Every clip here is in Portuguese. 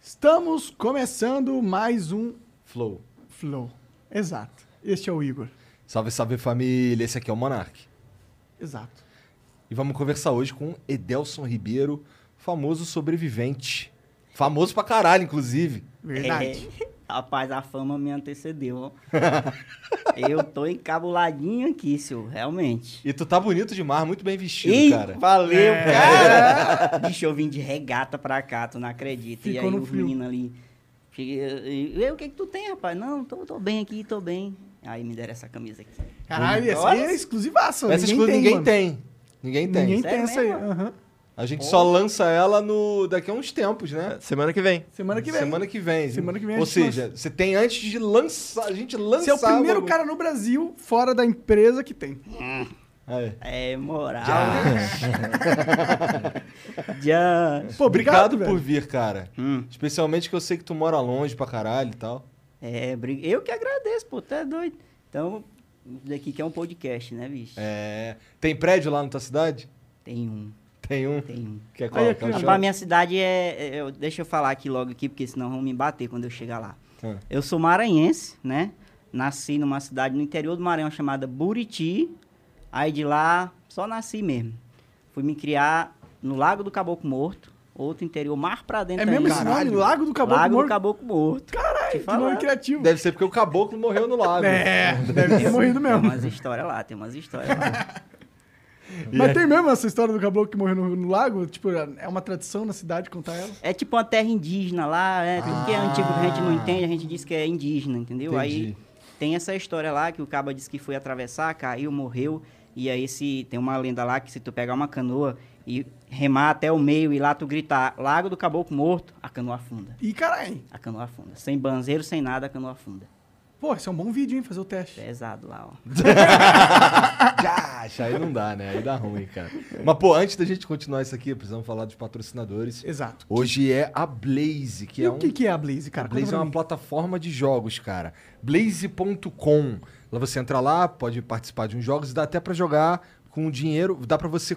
Estamos começando mais um Flow. Flow. Exato. Este é o Igor. Salve, salve família, esse aqui é o Monark. Exato. E vamos conversar hoje com Edelson Ribeiro, famoso sobrevivente. Famoso pra caralho, inclusive. Verdade. É, rapaz, a fama me antecedeu. ó. Eu tô encabuladinho aqui, senhor, realmente. E tu tá bonito demais, muito bem vestido, Ih, cara. valeu, É. cara! Bicho, eu vim de regata pra cá, tu não acredita. Ficou e aí no os frio. meninos ali. cheguei- E o que que tu tem, rapaz? Não, tô, tô bem aqui, tô bem. Aí me deram essa camisa aqui. Caralho, essa aí é exclusivaça. Essa ninguém exclusiva tem, ninguém mano. tem. Ninguém tem. Ninguém Sério tem essa aí. mesmo? Aham. A gente só lança ela no daqui a uns tempos, né? Semana que vem. É, Semana que vem. Semana que vem. Semana que vem a Ou gente seja, você tem antes de lançar. A gente lançar. Você é o primeiro bagulho. cara no Brasil, fora da empresa, que tem. Aí. É moral. né? Já. Pô, obrigado, Obrigado velho. por vir, cara. Hum. Especialmente que eu sei que tu mora longe pra caralho e tal. É, brin- eu que agradeço, pô, tu é doido. Então, isso daqui que é um podcast, né, bicho? É. Tem prédio lá na tua cidade? Tem um, Tem um. tem um. Que é qual? Aí, Que é o aqui, show? ó. Rapaz, minha cidade é, é- eu- Deixa eu falar aqui logo aqui, porque senão vão me bater quando eu chegar lá. Ah. Eu sou maranhense, né? Nasci numa cidade no interior do Maranhão chamada Buriti. Aí de lá, só nasci mesmo. Fui me criar no Lago do Caboclo Morto, outro interior, mar pra dentro É mesmo esse ainda. nome? Lago do Caboclo Lago Morto? do Caboclo Morto. Caralho, Que é nome criativo. Deve ser porque o caboclo morreu no lago. É, deve ter morrido Tem mesmo. umas histórias lá, tem umas histórias lá. É, Mas tem mesmo essa história do caboclo que morreu no, no lago? Tipo, é uma tradição na cidade contar ela? É tipo uma terra indígena lá, é, porque é antigo, a gente não entende, a gente diz que é indígena, entendeu? Entendi. Aí tem essa história lá que o caba disse que foi atravessar, caiu, morreu, e aí se tem uma lenda lá que se tu pegar uma canoa e remar até o meio e lá tu gritar Lago do Caboclo Morto, a canoa afunda. Ih, caralho. A canoa afunda. Sem banzeiro, sem nada, a canoa afunda. Pô, esse é um bom vídeo, hein? Fazer o teste. É. Pesado lá, ó. Já, acha, aí não dá, né? Aí dá ruim, cara. Mas, pô, antes da gente continuar isso aqui, precisamos falar dos patrocinadores. Exato. Hoje é a Blaze, que e é o um. que, que é a Blaze, cara? A Blaze Conta é pra uma mim. plataforma de jogos, cara. Blaze.com. Lá você entra lá, pode participar de uns jogos, dá até pra jogar com dinheiro. Dá pra você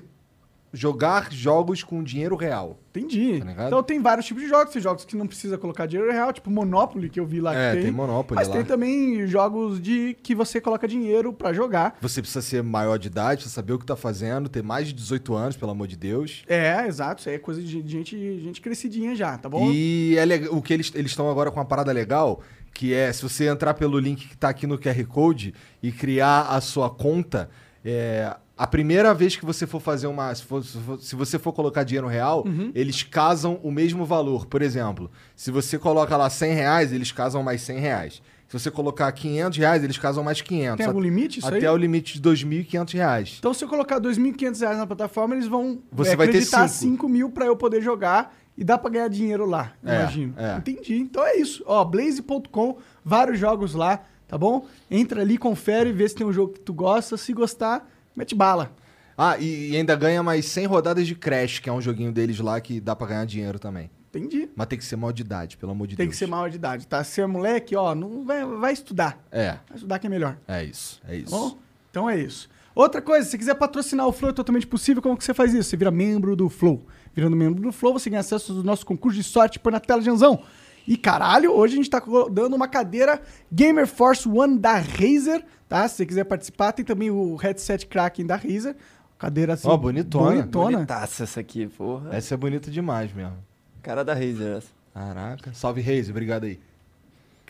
jogar jogos com dinheiro real. Entendi. Tá ligado? então tem vários tipos de jogos. Tem jogos que não precisa colocar dinheiro real, tipo Monopoly, que eu vi lá é, que tem, tem. Monopoly Mas lá. tem também jogos de que você coloca dinheiro pra jogar. Você precisa ser maior de idade, precisa saber o que tá fazendo, ter mais de 18 anos, pelo amor de Deus. É, exato. Isso aí é coisa de gente, gente crescidinha já, tá bom? E é lega- o que eles eles estão agora com uma parada legal, que é se você entrar pelo link que tá aqui no QR Code e criar a sua conta, é, a primeira vez que você for fazer uma. Se, for- se for- se você for colocar dinheiro real, Uhum. eles casam o mesmo valor. Por exemplo, se você coloca lá 100 reais, eles casam mais 100 reais. Se você colocar 500 reais, eles casam mais 500. Tem algum At- limite isso até aí? o limite de 2.500 reais. Então se eu colocar 2.500 reais na plataforma, eles vão é, Você vai ter acreditar cinco. 5 mil pra eu poder jogar e dá pra ganhar dinheiro lá, É, imagino. é. Entendi. Então é isso. Ó, blaze.com, vários jogos lá, tá bom? Entra ali, confere, vê se tem um jogo que tu gosta. Se gostar, mete bala. Ah, e, e ainda ganha mais 100 rodadas de Crash, que é um joguinho deles lá que dá pra ganhar dinheiro também. Entendi. Mas tem que ser mal de idade, pelo amor de Tem que Deus. ser maior de idade, tá? Se é moleque, ó, não vai, vai estudar. É, Vai estudar que é melhor. é isso, é Tá isso. bom? Então é isso. Outra coisa, se quiser patrocinar o Flow, é totalmente possível. Como que você faz isso? Você vira membro do Flow. Virando membro do Flow, você ganha acesso ao nosso concurso de sorte, põe na tela, Janzão. E caralho, hoje a gente tá co- dando uma cadeira Gamer Force One da Razer, tá? Se você quiser participar, tem também o headset Kraken da Razer. Cadeira assim. Ó, bonitona. Bonitona. Bonitaça essa aqui, porra. Essa é bonita demais mesmo. Cara da né? Razer essa. Caraca. Salve, Reis. Obrigado aí.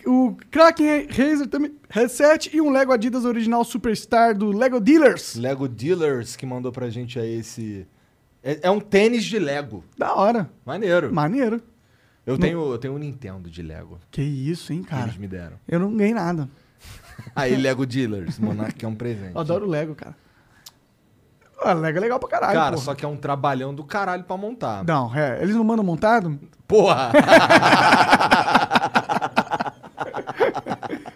O Kraken Razer também, headset e um Lego Adidas original Superstar do Lego Dealers. Lego Dealers que mandou pra gente aí esse... É, é um tênis de Lego. Da hora. Maneiro. Maneiro. Eu tenho, eu tenho um Nintendo de Lego. Que isso, hein, Que cara? eles me deram. Eu não ganhei nada. Aí, Lego Dealers. Monark é um presente. Eu adoro Lego, cara. Ah, Lego é legal pra caralho. Cara, porra. só que é um trabalhão do caralho pra montar. Não, é, eles não mandam montado? Porra!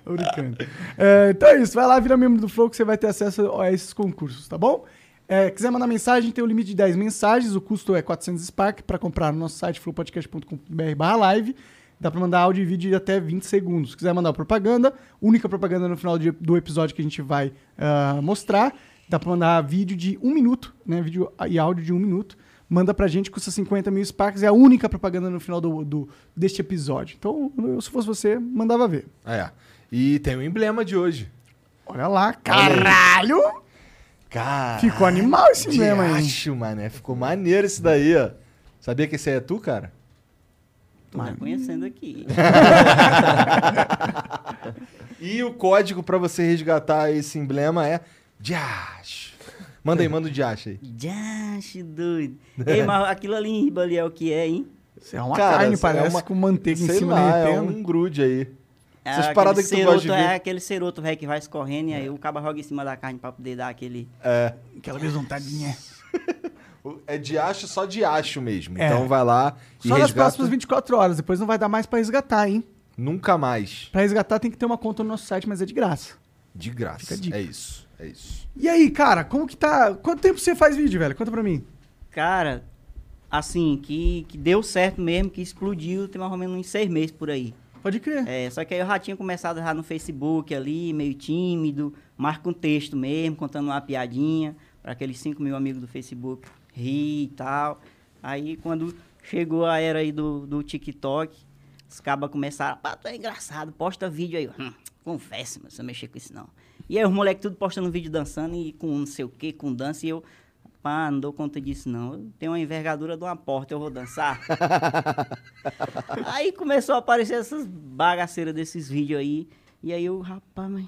Tô brincando. É, então é isso, vai lá, vira membro do Flow que você vai ter acesso a esses concursos, tá bom? É, quiser mandar mensagem, tem o limite de 10 mensagens, o custo é 400 Spark para comprar no nosso site flowpodcast.com.br barra live. Dá para mandar áudio e vídeo de até 20 segundos. Se quiser mandar propaganda, única propaganda no final de- do episódio que a gente vai ah, mostrar. Dá para mandar vídeo de um minuto, né? Vídeo e áudio de um minuto. Manda pra gente, custa 50 mil Sparks, é a única propaganda no final do, do- deste episódio. Então, eu, se fosse você, mandava ver. é. E tem o emblema de hoje. Olha lá, caralho! Cara. Ficou animal esse emblema aí. Acho, mané. Ficou maneiro esse daí, ó. Sabia que esse aí é tu, cara? Tô reconhecendo aqui. E o código pra você resgatar esse emblema é Diacho. Manda aí, manda o Diacho aí. Jash, doido. Ei, mas aquilo ali em riba ali é o que é, hein? Isso é uma Cara, carne, isso é parece, uma- com manteiga em Sei cima lá, da é retena. um grude aí. É Essas aquele paradas que tu gosta de ceroto, É ver. aquele ceroto, velho, que vai escorrendo e aí o caba joga em cima da carne pra poder dar aquele... É. Aquela horizontadinha. O- É Diacho só Diacho mesmo. É. Então vai lá e Só nas resgata. próximas 24 horas, depois não vai dar mais pra resgatar, hein? Nunca mais. Pra resgatar tem que ter uma conta no nosso site, mas é de graça. De graça. a dica. É isso. É isso. E aí, cara, como que tá... Quanto tempo você faz vídeo, velho? Conta pra mim. Cara, assim, que, que deu certo mesmo, que explodiu, tem mais ou menos uns seis meses por aí. Pode crer. É, só que aí eu já tinha começado já no Facebook ali, meio tímido, marca um texto mesmo, contando uma piadinha para aqueles 5 mil amigos do Facebook rir e tal. Aí quando chegou a era aí do, do TikTok, os cabas começaram, pá, tu é engraçado, posta vídeo aí. Eu, Hum, confesso, mas eu mexer com isso não. E aí os moleques tudo postando vídeo dançando e com não sei o que, com dança, e eu, pá, não dou conta disso não. Eu tenho uma envergadura de uma porta, eu vou dançar. Aí começou a aparecer essas bagaceiras desses vídeos aí. E aí eu, rapaz, mas...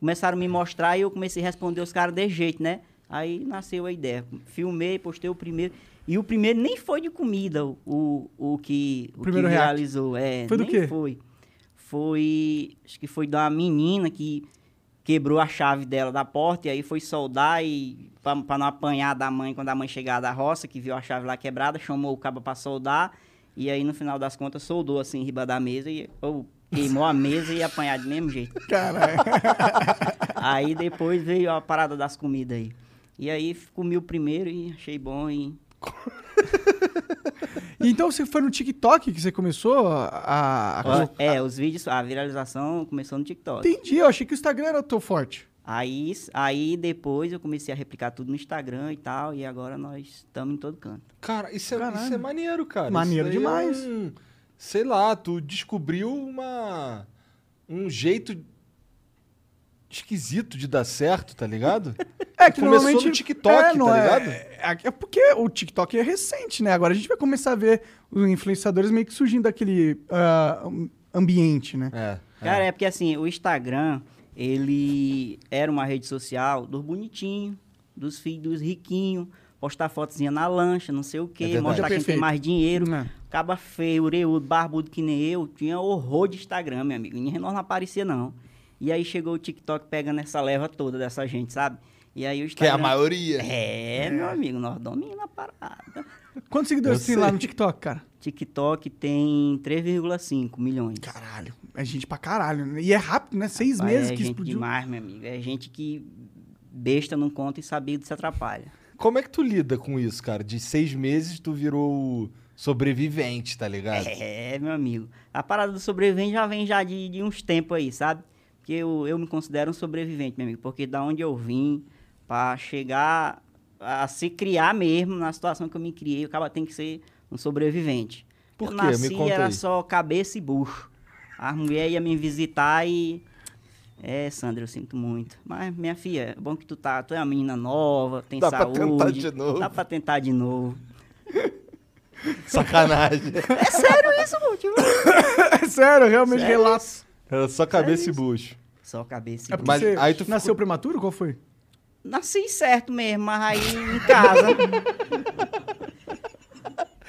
Começaram a me mostrar e eu comecei a responder os caras de jeito, né? Aí nasceu a ideia. Filmei, postei o primeiro. E o primeiro nem foi de comida o, o, o que, o Primeiro que react. viralizou. É, Foi do nem quê? Foi. Foi. Acho que foi de uma menina que quebrou a chave dela da porta e aí foi soldar e pra, pra não apanhar da mãe quando a mãe chegar da roça, que viu a chave lá quebrada, chamou o cabo pra soldar e aí no final das contas soldou assim em riba da mesa e ou, queimou a mesa e ia apanhar do mesmo jeito. É. aí depois veio a parada das comidas aí. E aí comi o primeiro e achei bom e E então você foi no TikTok que você começou a... a- a- é, os vídeos, a viralização começou no TikTok. Entendi, eu achei que o Instagram era o teu forte. Aí, aí depois eu comecei a replicar tudo no Instagram e tal, e agora nós estamos em todo canto. Cara, isso é, Caralho. isso é maneiro, cara. Maneiro Isso daí demais. é um- sei lá, tu descobriu uma um jeito esquisito de dar certo, tá ligado? É que Começou normalmente no TikTok, não tá é- ligado? É, é porque o TikTok é recente, né? Agora a gente vai começar a ver os influenciadores meio que surgindo daquele ah, um- ambiente, né? É. Cara, é porque assim, o Instagram, ele era uma rede social dos bonitinhos, dos filhos dos riquinhos, postar fotozinha na lancha, não sei o É quê, verdade. mostrar quem tem Perfeito. mais dinheiro. É. Caba feio, oreudo, barbudo que nem eu, tinha horror de Instagram, meu amigo. Ninguém não aparecia, não. E aí chegou o TikTok pegando essa leva toda dessa gente, sabe? E aí o Que é Instagram... a maioria. É, meu amigo, nós domina a parada. Quantos seguidores tem lá no TikTok, cara? TikTok tem 3,5 milhões. Caralho, é gente pra caralho. né? E é rápido, né? Seis Rapaz, meses é que gente explodiu. demais, meu amigo. É gente que besta não conta e sabido se atrapalha. Como é que tu lida com isso, cara? De seis meses tu virou o sobrevivente, tá ligado? É, meu amigo. A parada do sobrevivente já vem já de, de uns tempos aí, sabe? Porque eu, eu me considero um sobrevivente, meu amigo. Porque da onde eu vim, pra chegar a se criar mesmo na situação que eu me criei, o cara tem que ser um sobrevivente. Por eu quê? nasci Me conta era aí. só cabeça e bucho. A mulher ia me visitar e... É, Sandra, eu sinto muito. Mas, minha filha, é bom que tu tá... Tu é uma menina nova, tem Dá pra saúde. tentar de novo. Dá pra tentar de novo. Sacanagem. É sério isso, meu tio? É sério, realmente relato. Era só É cabeça e bucho. Só cabeça É e porque bucho. Mas você aí tu nasceu prematuro? Qual foi? Nasci certo mesmo, mas aí em casa.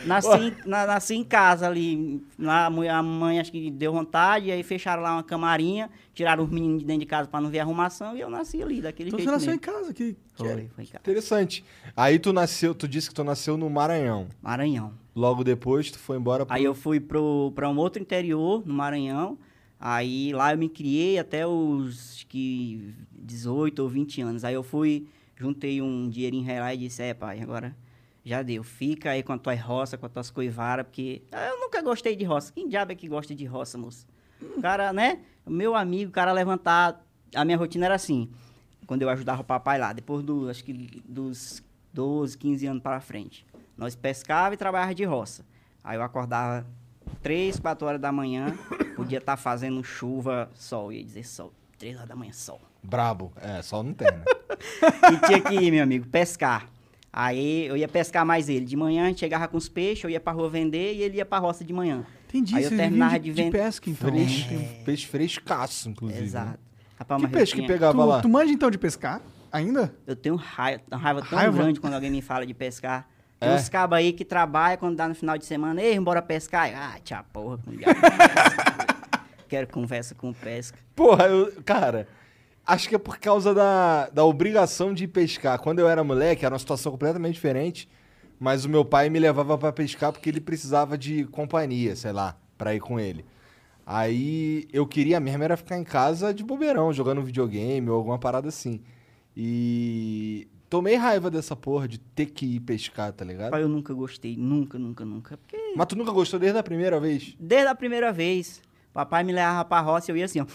nasci, na- nasci em casa ali. Lá, a mu- a mãe acho que deu vontade, aí fecharam lá uma camarinha, tiraram os meninos de dentro de casa pra não ver a arrumação, e eu nasci ali, daquele Então você jeito nasceu em mesmo. casa. Que, que é? Foi, foi em casa. Interessante. Aí tu nasceu, tu disse que tu nasceu no Maranhão. Maranhão. Logo depois tu foi embora pro- Aí eu fui pro, pra um outro interior, no Maranhão. Aí lá eu me criei até os acho que 18 ou 20 anos. Aí eu fui, juntei um dinheirinho real e disse, é pai, agora já deu. Fica aí com as tuas roças, com as tuas coivaras, porque ah, eu nunca gostei de roça. Quem diabo é que gosta de roça, moço? O cara, né? O Meu amigo, o cara levantar... A minha rotina era assim, quando eu ajudava o papai lá, depois do, acho que dos 12, 15 anos para frente. Nós pescava e trabalhava de roça. Aí eu acordava 3, 4 horas da manhã, podia estar fazendo chuva, sol, ia dizer sol. 3 horas da manhã, sol. Brabo. É, só não tem, né? E tinha que ir, meu amigo, pescar. Aí eu ia pescar mais ele. De manhã a gente chegava com os peixes, eu ia pra rua vender e ele ia pra roça de manhã. Entendi, Aí eu você terminava vive de de, vender. né? pesca, então. Fresco, Peixe frescaço, inclusive. né? Exato. Rapaz, Que mas eu peixe que tinha- pegava lá? Tu, tu manja, então, de pescar? Ainda? Eu tenho raiva, uma raiva tão Raiva? grande quando alguém me fala de pescar. Tem É? uns cabos aí que trabalham quando dá no final de semana, ei, bora pescar. Eu, Ah, tia porra, com diabo. Quero conversa com pesca. Porra, eu, cara, acho que é por causa da, da obrigação de ir pescar. Quando eu era moleque, era uma situação completamente diferente, mas o meu pai me levava pra pescar porque ele precisava de companhia, sei lá, pra ir com ele. Aí eu queria mesmo era ficar em casa de bobeirão, jogando videogame ou alguma parada assim. E tomei raiva dessa porra de ter que ir pescar, tá ligado? Rapaz, eu nunca gostei, nunca, nunca, nunca. Porque Mas tu nunca gostou desde a primeira vez? Desde a primeira vez, papai me levava pra roça e eu ia assim, ó.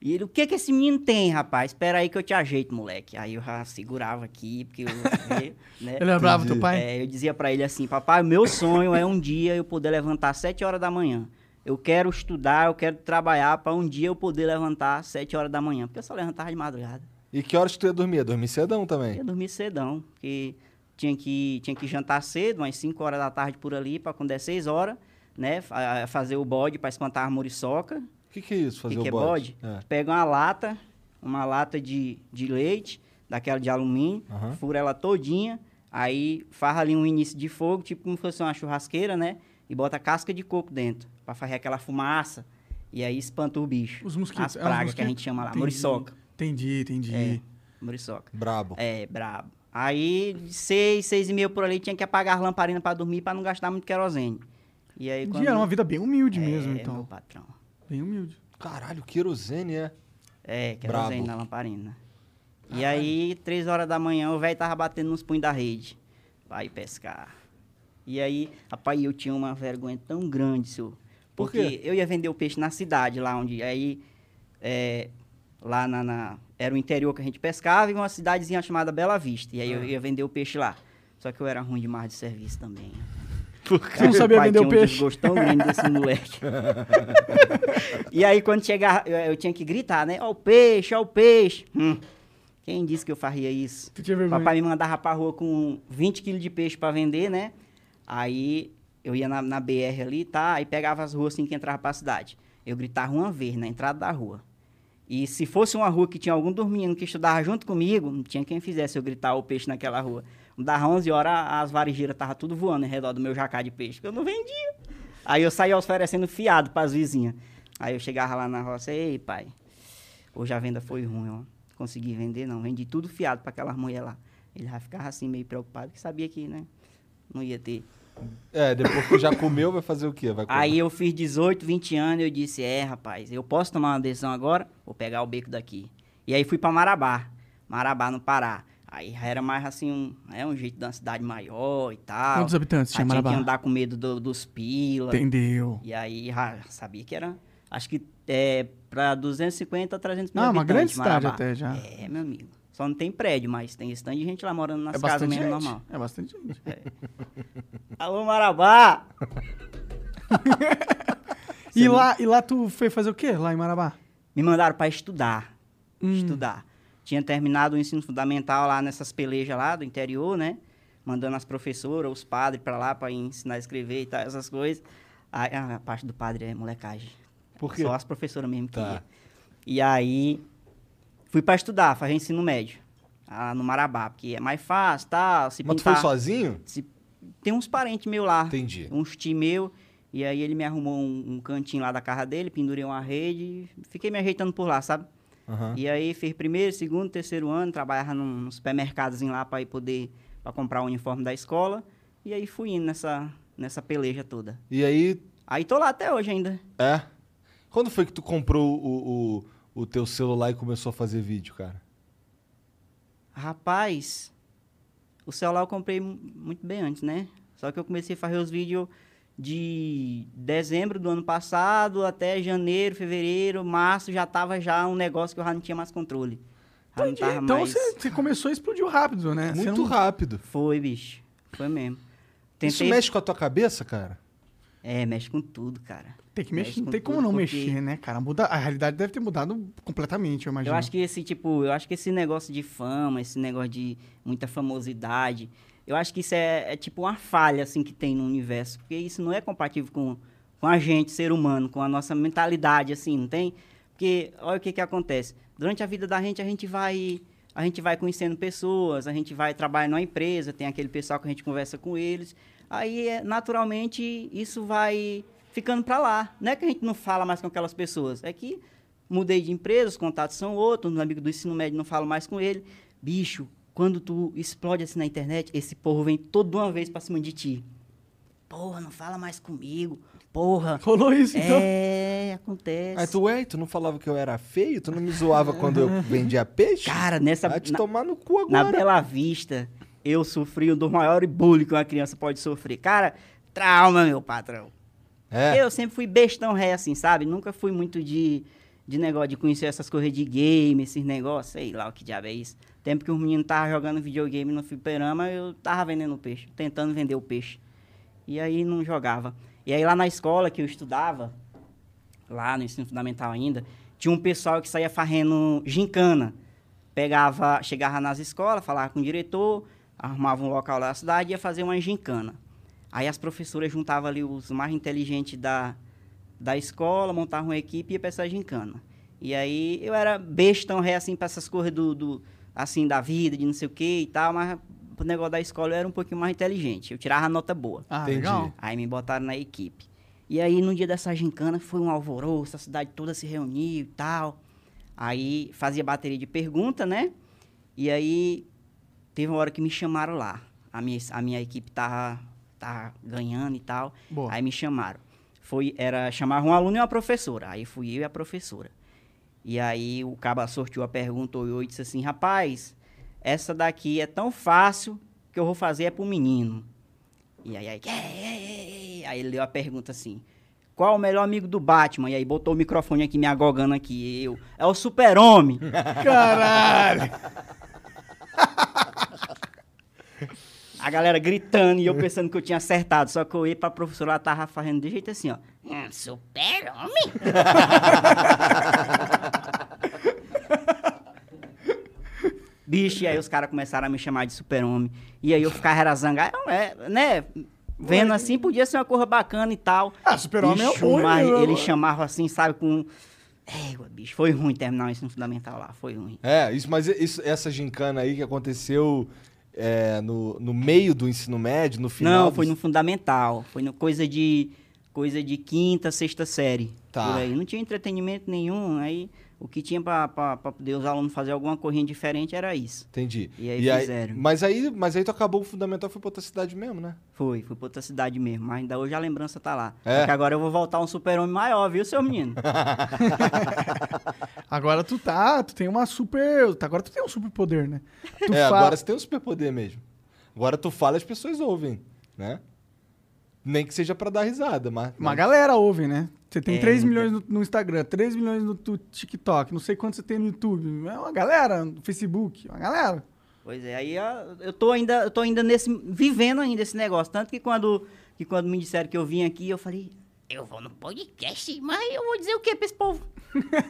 E ele, o que que esse menino tem, rapaz? Espera aí que eu te ajeito, moleque. Aí eu já segurava aqui, porque eu... né? Ele é bravo, teu pai? É, eu dizia pra ele assim, papai, o meu sonho é um dia eu poder levantar às 7 horas da manhã. Eu quero estudar, eu quero trabalhar pra um dia eu poder levantar às 7 horas da manhã. Porque eu só levantava de madrugada. E que horas tu ia dormir? Ia dormir cedão Eu também. dormi cedão, porque tinha que, tinha que jantar cedo, umas 5 horas da tarde por ali, para quando der 6 horas, né? fa- a- Fazer o bode para espantar a muriçoca. O que, que é isso, O fazer que, que é o bode? bode? É. Pega uma lata, uma lata de, de leite, daquela de alumínio, Aham. fura ela todinha, aí farra ali um início de fogo, tipo como se fosse uma churrasqueira, né? E bota casca de coco dentro, para fazer aquela fumaça. E aí espanta o bicho. Os mosquitos. As é, os pragas que a mosquitos. gente chama lá, Entendi. muriçoca. Entendi, entendi. É, muriçoca. Brabo. É, brabo. Aí, de seis, seis e meia por ali, tinha que apagar as lamparinas pra dormir, pra não gastar muito querosene. E aí, quando... Entendi, era é uma vida bem humilde é, mesmo, meu então. patrão. Bem humilde. Caralho, querosene é. É, querosene Brabo. na lamparina. E aí, três horas da manhã, o velho tava batendo nos punhos da rede. Vai pescar. E aí, rapaz, eu tinha uma vergonha tão grande, senhor. Por Porque eu ia vender o peixe na cidade, lá onde... Aí, é, lá na, na- Era o interior que a gente pescava e uma cidadezinha chamada Bela Vista. E aí Ah. eu ia vender o peixe lá. Só que eu era ruim demais de serviço também. Você não sabia vender o peixe? Eu um tão grande desse moleque. e aí, quando chegava, eu, eu tinha que gritar, né? Ó o peixe, ó o peixe. Hum, Quem disse que eu faria isso? Tu tinha vergonha. Papai me mandava pra rua com 20 quilos de peixe pra vender, né? Aí eu ia na, na BR ali, tá? Aí pegava as ruas assim que entrava pra cidade. Eu gritava uma vez na entrada da rua. E se fosse uma rua que tinha algum dormindo que estudava junto comigo, não tinha quem fizesse eu gritar o peixe naquela rua. Das 11 horas, as varejeiras estavam tudo voando em redor do meu jacá de peixe, que eu não vendia. Aí eu saía oferecendo fiado pras vizinhas. Aí eu chegava lá na roça, ei, pai, hoje a venda foi ruim, ó. Consegui vender, não. Vendi tudo fiado pra aquelas mulher lá. Ele já ficava assim, meio preocupado, que sabia que, né? Não ia ter. É, depois que já comeu, vai fazer o quê? Vai comer. Aí eu fiz 18, 20 anos, eu disse, é, rapaz, eu posso tomar uma decisão agora? Vou pegar o beco daqui. E aí fui pra Marabá, Marabá no Pará. Aí já era mais assim, um, é um jeito de uma cidade maior e tal. Quantos habitantes Aí tinha tinha que Marabá? andar com medo do- dos pila. Entendeu. E aí já sabia que era, acho que é pra 250, 300 mil Ah, uma habitantes. grande cidade Marabá. até já. É, meu amigo. Só não tem prédio, mas tem esse tanto de gente lá morando nas É casas bastante mesmo, gente. normal. É bastante gente. Alô, Marabá! E lá, e lá tu foi fazer o quê? Lá em Marabá? Me mandaram para estudar. Hum. Estudar. Tinha terminado o ensino fundamental lá nessas pelejas lá do interior, né? Mandando as professoras, os padres para lá para ensinar a escrever e tal, essas coisas. Aí, a, a parte do padre é molecagem. Por quê? Só as professoras mesmo que Tá. ia. E aí fui para estudar, fazer ensino médio. Lá no Marabá, porque é mais fácil, tal, se Mas tu pintar. foi sozinho? se- Tem uns parentes meus lá Entendi. uns tio meu. E aí ele me arrumou um, um cantinho lá da casa dele, pendurei uma rede, e fiquei me ajeitando por lá, sabe? Aham. E aí fiz primeiro, segundo, terceiro ano, trabalhava num, num supermercadozinho lá para poder pra comprar o uniforme da escola. E aí fui indo nessa, nessa peleja toda. E aí, Aí tô lá até hoje ainda. é? Quando foi que tu comprou o, o, o teu celular e começou a fazer vídeo, cara? Rapaz, o celular eu comprei mu- muito bem antes, né? Só que eu comecei a fazer os vídeos de dezembro do ano passado até janeiro, fevereiro, março, já tava já um negócio que eu já não tinha mais controle. Já não tava então mais... você, você começou e explodiu rápido, É, né? Você Muito não- rápido. Foi, bicho. Foi mesmo. Tentei... Isso mexe com a tua cabeça, cara? É, mexe com tudo, cara. Tem que mexer, Mexe não com tem como tudo, não porque mexer, né, cara? Muda, a realidade deve ter mudado completamente, eu imagino. Eu acho que esse tipo, eu acho que esse negócio de fama, esse negócio de muita famosidade, eu acho que isso é, é tipo uma falha assim que tem no universo, porque isso não é compatível com, com a gente, ser humano, com a nossa mentalidade assim, não tem? Porque olha o que que acontece. Durante a vida da gente, a gente vai a gente vai conhecendo pessoas, a gente vai trabalhar numa empresa, tem aquele pessoal que a gente conversa com eles. Aí, é, naturalmente, isso vai ficando para lá. Não é que a gente não fala mais com aquelas pessoas, é que mudei de empresa, os contatos são outros, os amigos do ensino médio não falam mais com ele. Bicho, quando tu explode assim na internet, esse povo vem toda uma vez pra cima de ti. Porra, não fala mais comigo. Porra. Rolou isso, então. É, acontece. assim, Aí tu, ué, tu não falava que eu era feio? Tu não me zoava quando eu vendia peixe? Cara, nessa- Vai te na- tomar no cu Na agora. Bela Vista, eu sofri um dos maiores bullying que uma criança pode sofrer. Cara, trauma, meu patrão. É. Eu sempre fui bestão ré, assim, sabe? Nunca fui muito de, de negócio de conhecer essas coisas de game, esses negócios, sei lá o que diabo é isso. Tempo que os meninos estavam jogando videogame no fliperama, eu tava vendendo peixe, tentando vender o peixe. E aí não jogava. E aí lá na escola que eu estudava, lá no ensino fundamental ainda, tinha um pessoal que saía farrendo gincana. Pegava, chegava nas escolas, falava com o diretor, arrumava um local lá na cidade e ia fazer uma gincana. Aí as professoras juntavam ali os mais inteligentes da, da escola, montavam uma equipe e ia pra essa gincana. E aí eu era bestão ré, assim, pra essas coisas do, do- assim, da vida, de não sei o que e tal, mas o negócio da escola eu era um pouquinho mais inteligente. Eu tirava nota boa. Ah, Entendi. legal. Aí me botaram na equipe. E aí, no dia dessa gincana, foi um alvoroço, a cidade toda se reuniu e tal. Aí fazia bateria de pergunta, né? E aí teve uma hora que me chamaram lá. A minha, a minha equipe tava, tava ganhando e tal. Boa. Aí me chamaram. Foi, era, chamava um aluno e uma professora. Aí fui eu e a professora. E aí o caba sorteou a pergunta olhou e disse assim, rapaz, essa daqui é tão fácil que eu vou fazer é pro menino. E aí, aí, "É, é, é, é." aí ele deu a pergunta assim: qual o melhor amigo do Batman? E aí botou o microfone aqui me agogando aqui. Eu, é o super-homem. Caralho! A galera gritando e eu pensando que eu tinha acertado. Só que eu ia pra professora, ela tava fazendo de jeito assim, ó. "Hum, super-homem? Bicho, e aí os caras começaram a me chamar de super-homem. E aí eu ficava era zangado, "Não, é, né? Vendo assim, podia ser uma coisa bacana e tal. Ah, super-homem é Bicho, bom, mas né? Ele chamava assim, sabe, com... Égua, bicho, foi ruim terminar o ensino fundamental lá, foi ruim. É, isso, mas isso- essa gincana aí que aconteceu é, no, no meio do ensino médio, no final. Não, do- foi no fundamental. Foi no coisa de coisa de quinta, sexta série. Tá. Por aí. Não tinha entretenimento nenhum. Aí o que tinha pra, pra, pra poder os alunos fazer alguma corrinha diferente era isso. Entendi. E aí fizeram. mas aí, mas aí tu acabou o fundamental foi pra outra cidade mesmo, né? Foi, fui pra outra cidade mesmo. Mas ainda hoje a lembrança tá lá. É? Só que agora eu vou voltar um super-homem maior, viu, seu menino? Agora tu tá, tu tem uma super. tá- Agora tu tem um super poder, né? Tu é, fa- agora você tem um superpoder mesmo. Agora tu fala, as pessoas ouvem, né? Nem que seja pra dar risada, mas. Uma galera ouve, né? Você tem É, 3 não milhões no, no Instagram, 3 milhões no tu- TikTok, não sei quanto você tem no YouTube. É uma galera, no Facebook, uma galera. Pois é, aí ó, eu tô ainda, eu tô ainda nesse, vivendo ainda esse negócio. Tanto que quando, que quando me disseram que eu vim aqui, eu falei, eu vou no podcast, mas eu vou dizer o que pra esse povo?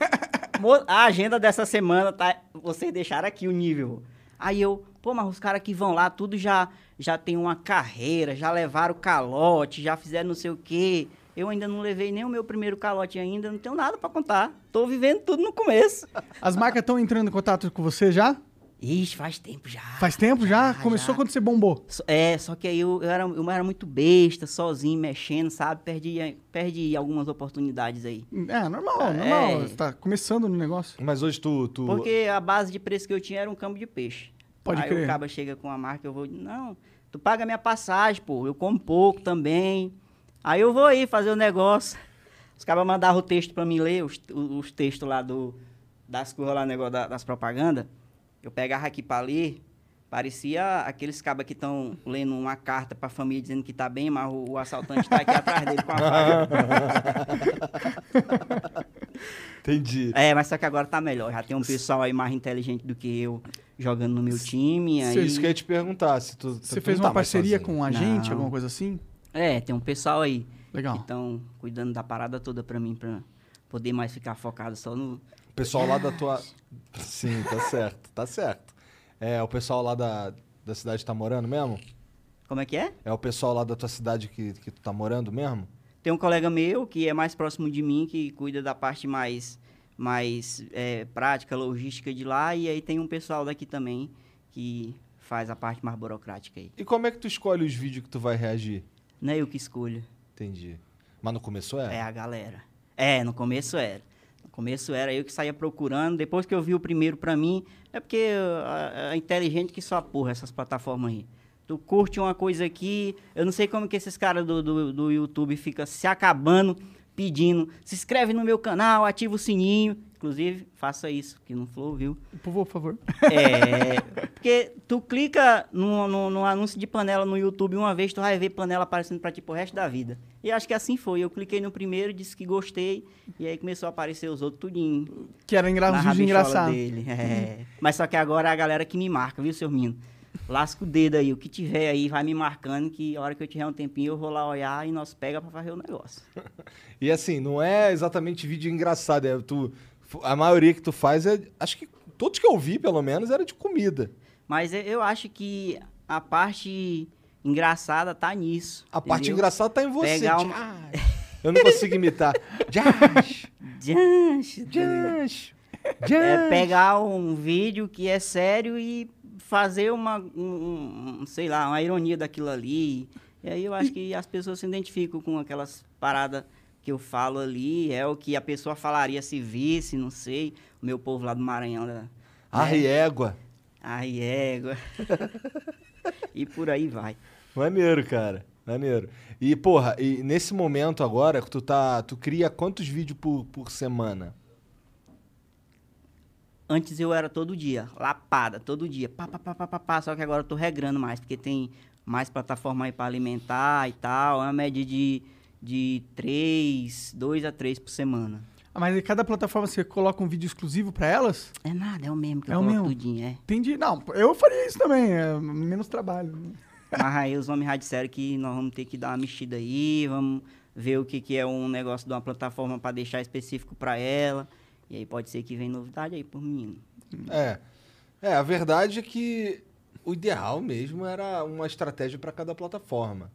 Mo- A agenda dessa semana, tá? Vocês deixaram aqui o nível. Aí eu, pô, mas os caras que vão lá, tudo já, já tem uma carreira, já levaram calote, já fizeram não sei o quê. Eu ainda não levei nem o meu primeiro calote ainda, não tenho nada pra contar. Tô vivendo tudo no começo. As marcas estão entrando em contato com você já? Ixi, faz tempo já. Faz tempo já? Começou já. quando você bombou. So- É, só que aí eu, eu era, eu era muito besta, sozinho, mexendo, sabe? Perdi, perdi algumas oportunidades aí. É, normal, Ah, normal. é. Você tá começando no negócio. Mas hoje tu. tu... Porque a base de preço que eu tinha era um campo de peixe. Pode aí crer. o caba chega com a marca, eu vou, não, tu paga minha passagem, pô, eu como pouco também. Aí eu vou aí fazer o negócio. Os cabas mandavam o texto pra mim ler, os, os textos lá do, das coisas lá, negócio da- das propagandas. Eu pegava aqui pra ler, parecia aqueles cabas que estão lendo uma carta pra família dizendo que tá bem, mas o, o assaltante tá aqui atrás dele com a faca. Entendi. É, mas só que agora tá melhor. Já tem um pessoal aí mais inteligente do que eu jogando no meu time. Isso, é Aí... isso que eu ia te perguntar. Se tu, Então tá, Você fez uma parceria com um agente, Não. alguma coisa assim? É, tem um pessoal aí que Legal. estão cuidando da parada toda pra mim, pra poder mais ficar focado só no. O pessoal lá da tua. Sim, tá certo, tá certo. É, o pessoal lá da, da cidade que tá morando mesmo? Como é que é? É o pessoal lá da tua cidade que, que tu tá morando mesmo? Tem um colega meu que é mais próximo de mim, que cuida da parte mais, mais é, prática, logística de lá, e aí tem um pessoal daqui também que faz a parte mais burocrática aí. E como é que tu escolhe os vídeos que tu vai reagir? Não é eu que escolho, Entendi. Mas não começou, é é? a galera. É, no começo era. No começo era eu que saía procurando, depois que eu vi o primeiro pra mim, é porque é inteligente que só porra essas plataformas aí. Tu curte uma coisa aqui, eu não sei como que esses caras do, do, do YouTube ficam se acabando, pedindo, se inscreve no meu canal, ativa o sininho. Inclusive, faça isso, que não flow, viu? Por favor. É, porque tu clica num, num- num anúncio de panela no YouTube uma vez, tu vai ver panela aparecendo pra ti pro resto da vida. E acho que assim foi. Eu cliquei no primeiro, disse que gostei, e aí começou a aparecer os outros tudinho. Que era engra... na um vídeo rabichola engraçado. Dele. É. Uhum. Mas só que agora é a galera que me marca, viu, seu menino? Lasca o dedo aí, o que tiver aí, vai me marcando, que a hora que eu tiver um tempinho, eu vou lá olhar e nós pega pra fazer o negócio. E assim, não é exatamente vídeo engraçado. É tu, a maioria que tu faz é. Acho que todos que eu vi, pelo menos, era de comida. Mas eu- eu acho que a parte engraçada tá nisso. A parte entendeu? engraçada tá em você. Pegar uma- É. Josh. Eu não consigo imitar. Josh! Diante, Josh! É Josh. pegar um vídeo que é sério e fazer uma, um- um- sei lá, uma ironia daquilo ali. E aí eu acho que as pessoas se identificam com aquelas paradas que eu falo ali, é o que a pessoa falaria se visse, não sei. O meu povo lá do Maranhão, né? Arre égua. ai égua. e por aí vai. Maneiro, cara. Maneiro. E, porra, e nesse momento agora, que tu tá. Tu cria quantos vídeos por, por semana? Antes eu era todo dia, lapada, todo dia. Pá, pá, pá, pá, pá, pá. Só que agora eu tô regrando mais, porque tem mais plataforma aí pra alimentar e tal. É uma média de, de 3, 2 a 3 por semana. Ah, Mas em cada plataforma você coloca um vídeo exclusivo pra elas? É nada, é o mesmo que É eu o coloco mesmo? tudinho, é. Entendi. Não, eu faria isso também. É menos trabalho. né? Mas aí os homens já disseram que nós vamos ter que dar uma mexida aí, vamos ver o que, que é um negócio de uma plataforma pra deixar específico pra ela. E aí pode ser que venha novidade aí por menino. É. É, a verdade é que o ideal mesmo era uma estratégia pra cada plataforma.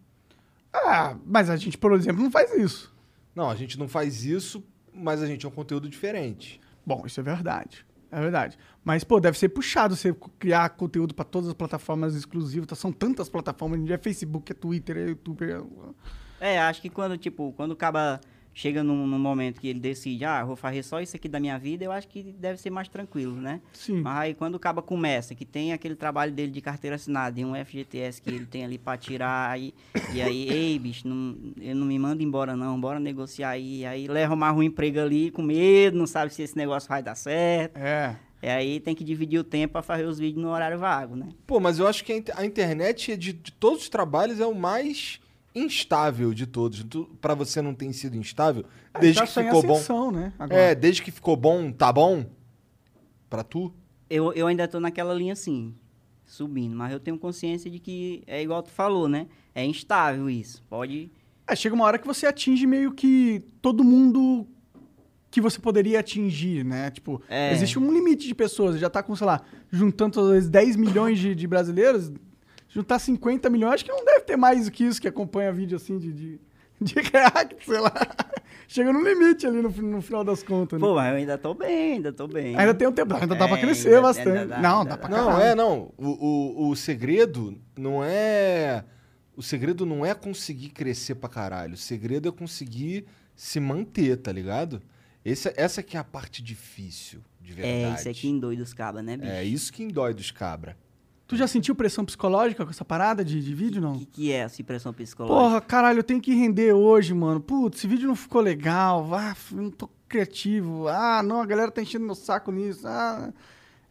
Ah, mas a gente, por exemplo, não faz isso. Não, a gente não faz isso, mas a gente é um conteúdo diferente. Bom, isso é verdade. É verdade. Mas, pô, deve ser puxado você criar conteúdo pra todas as plataformas exclusivas. tá? São tantas plataformas. hoje em dia É Facebook, é Twitter, é YouTube. é- É, acho que quando, tipo, quando o cara chega num, num momento que ele decide, ah, vou fazer só isso aqui da minha vida, eu acho que deve ser mais tranquilo, né? Sim. Mas aí quando o caba começa, que tem aquele trabalho dele de carteira assinada e um FGTS que ele tem ali pra tirar, e, e aí, ei, bicho, não, eu não me manda embora não, bora negociar aí. Aí leva mais um emprego ali com medo, não sabe se esse negócio vai dar certo. É. E aí tem que dividir o tempo pra fazer os vídeos no horário vago, né? Pô, mas eu acho que a in- a internet, é de, de todos os trabalhos, é o mais instável de todos. Tu, pra você não tem sido instável, desde tá que só em ficou bom. ascensão, né? Agora. É, desde que ficou bom, tá bom? Pra tu? Eu, eu ainda tô naquela linha assim. subindo. Mas eu tenho consciência de que é igual tu falou, né? É instável isso. Pode. É, chega uma hora que você atinge meio que todo mundo que você poderia atingir, né? Tipo, É. existe um limite de pessoas. Já tá com, sei lá, juntando talvez 10 milhões de, de brasileiros, juntar 50 milhões, acho que não deve ter mais do que isso que acompanha vídeo assim de, de, de react, sei lá. Chega no limite ali no, fi- no final das contas, né? Pô, mas eu ainda tô bem, ainda tô bem. Ainda tem um tempo, ainda dá pra É, crescer ainda- bastante. ainda dá, não, ainda dá pra Não, caralho. é, não. O, o, o segredo não é. O segredo não é conseguir crescer pra caralho. O segredo é conseguir se manter, tá ligado? Esse, essa que é a parte difícil, de um- É, verdade. isso aqui em doido os cabas, né, bicho? É isso que indói dos cabra. Tu já sentiu pressão psicológica com essa parada de, de vídeo, O não? que, que é essa pressão psicológica? Porra, caralho, eu tenho que render hoje, mano. Putz, esse vídeo não ficou legal. Ah, f- não tô criativo. Ah, não, a galera tá enchendo meu saco nisso. Ah,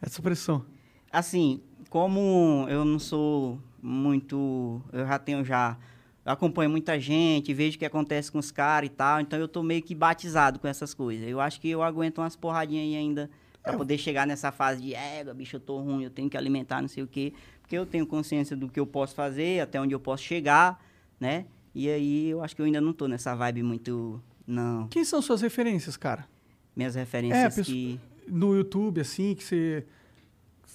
essa pressão. Assim, como eu não sou muito. Eu já tenho já. Eu acompanho muita gente, vejo o que acontece com os caras e tal, então eu tô meio que batizado com essas coisas. Eu acho que eu aguento umas porradinhas aí ainda pra poder chegar nessa fase de égua, bicho, eu tô ruim, eu tenho que alimentar, não sei o quê. Porque eu tenho consciência do que eu posso fazer, até onde eu posso chegar, né? E aí eu acho que eu ainda não tô nessa vibe muito. Não. Quem são suas referências, cara? Minhas referências pessoa- que. No YouTube, assim, que você.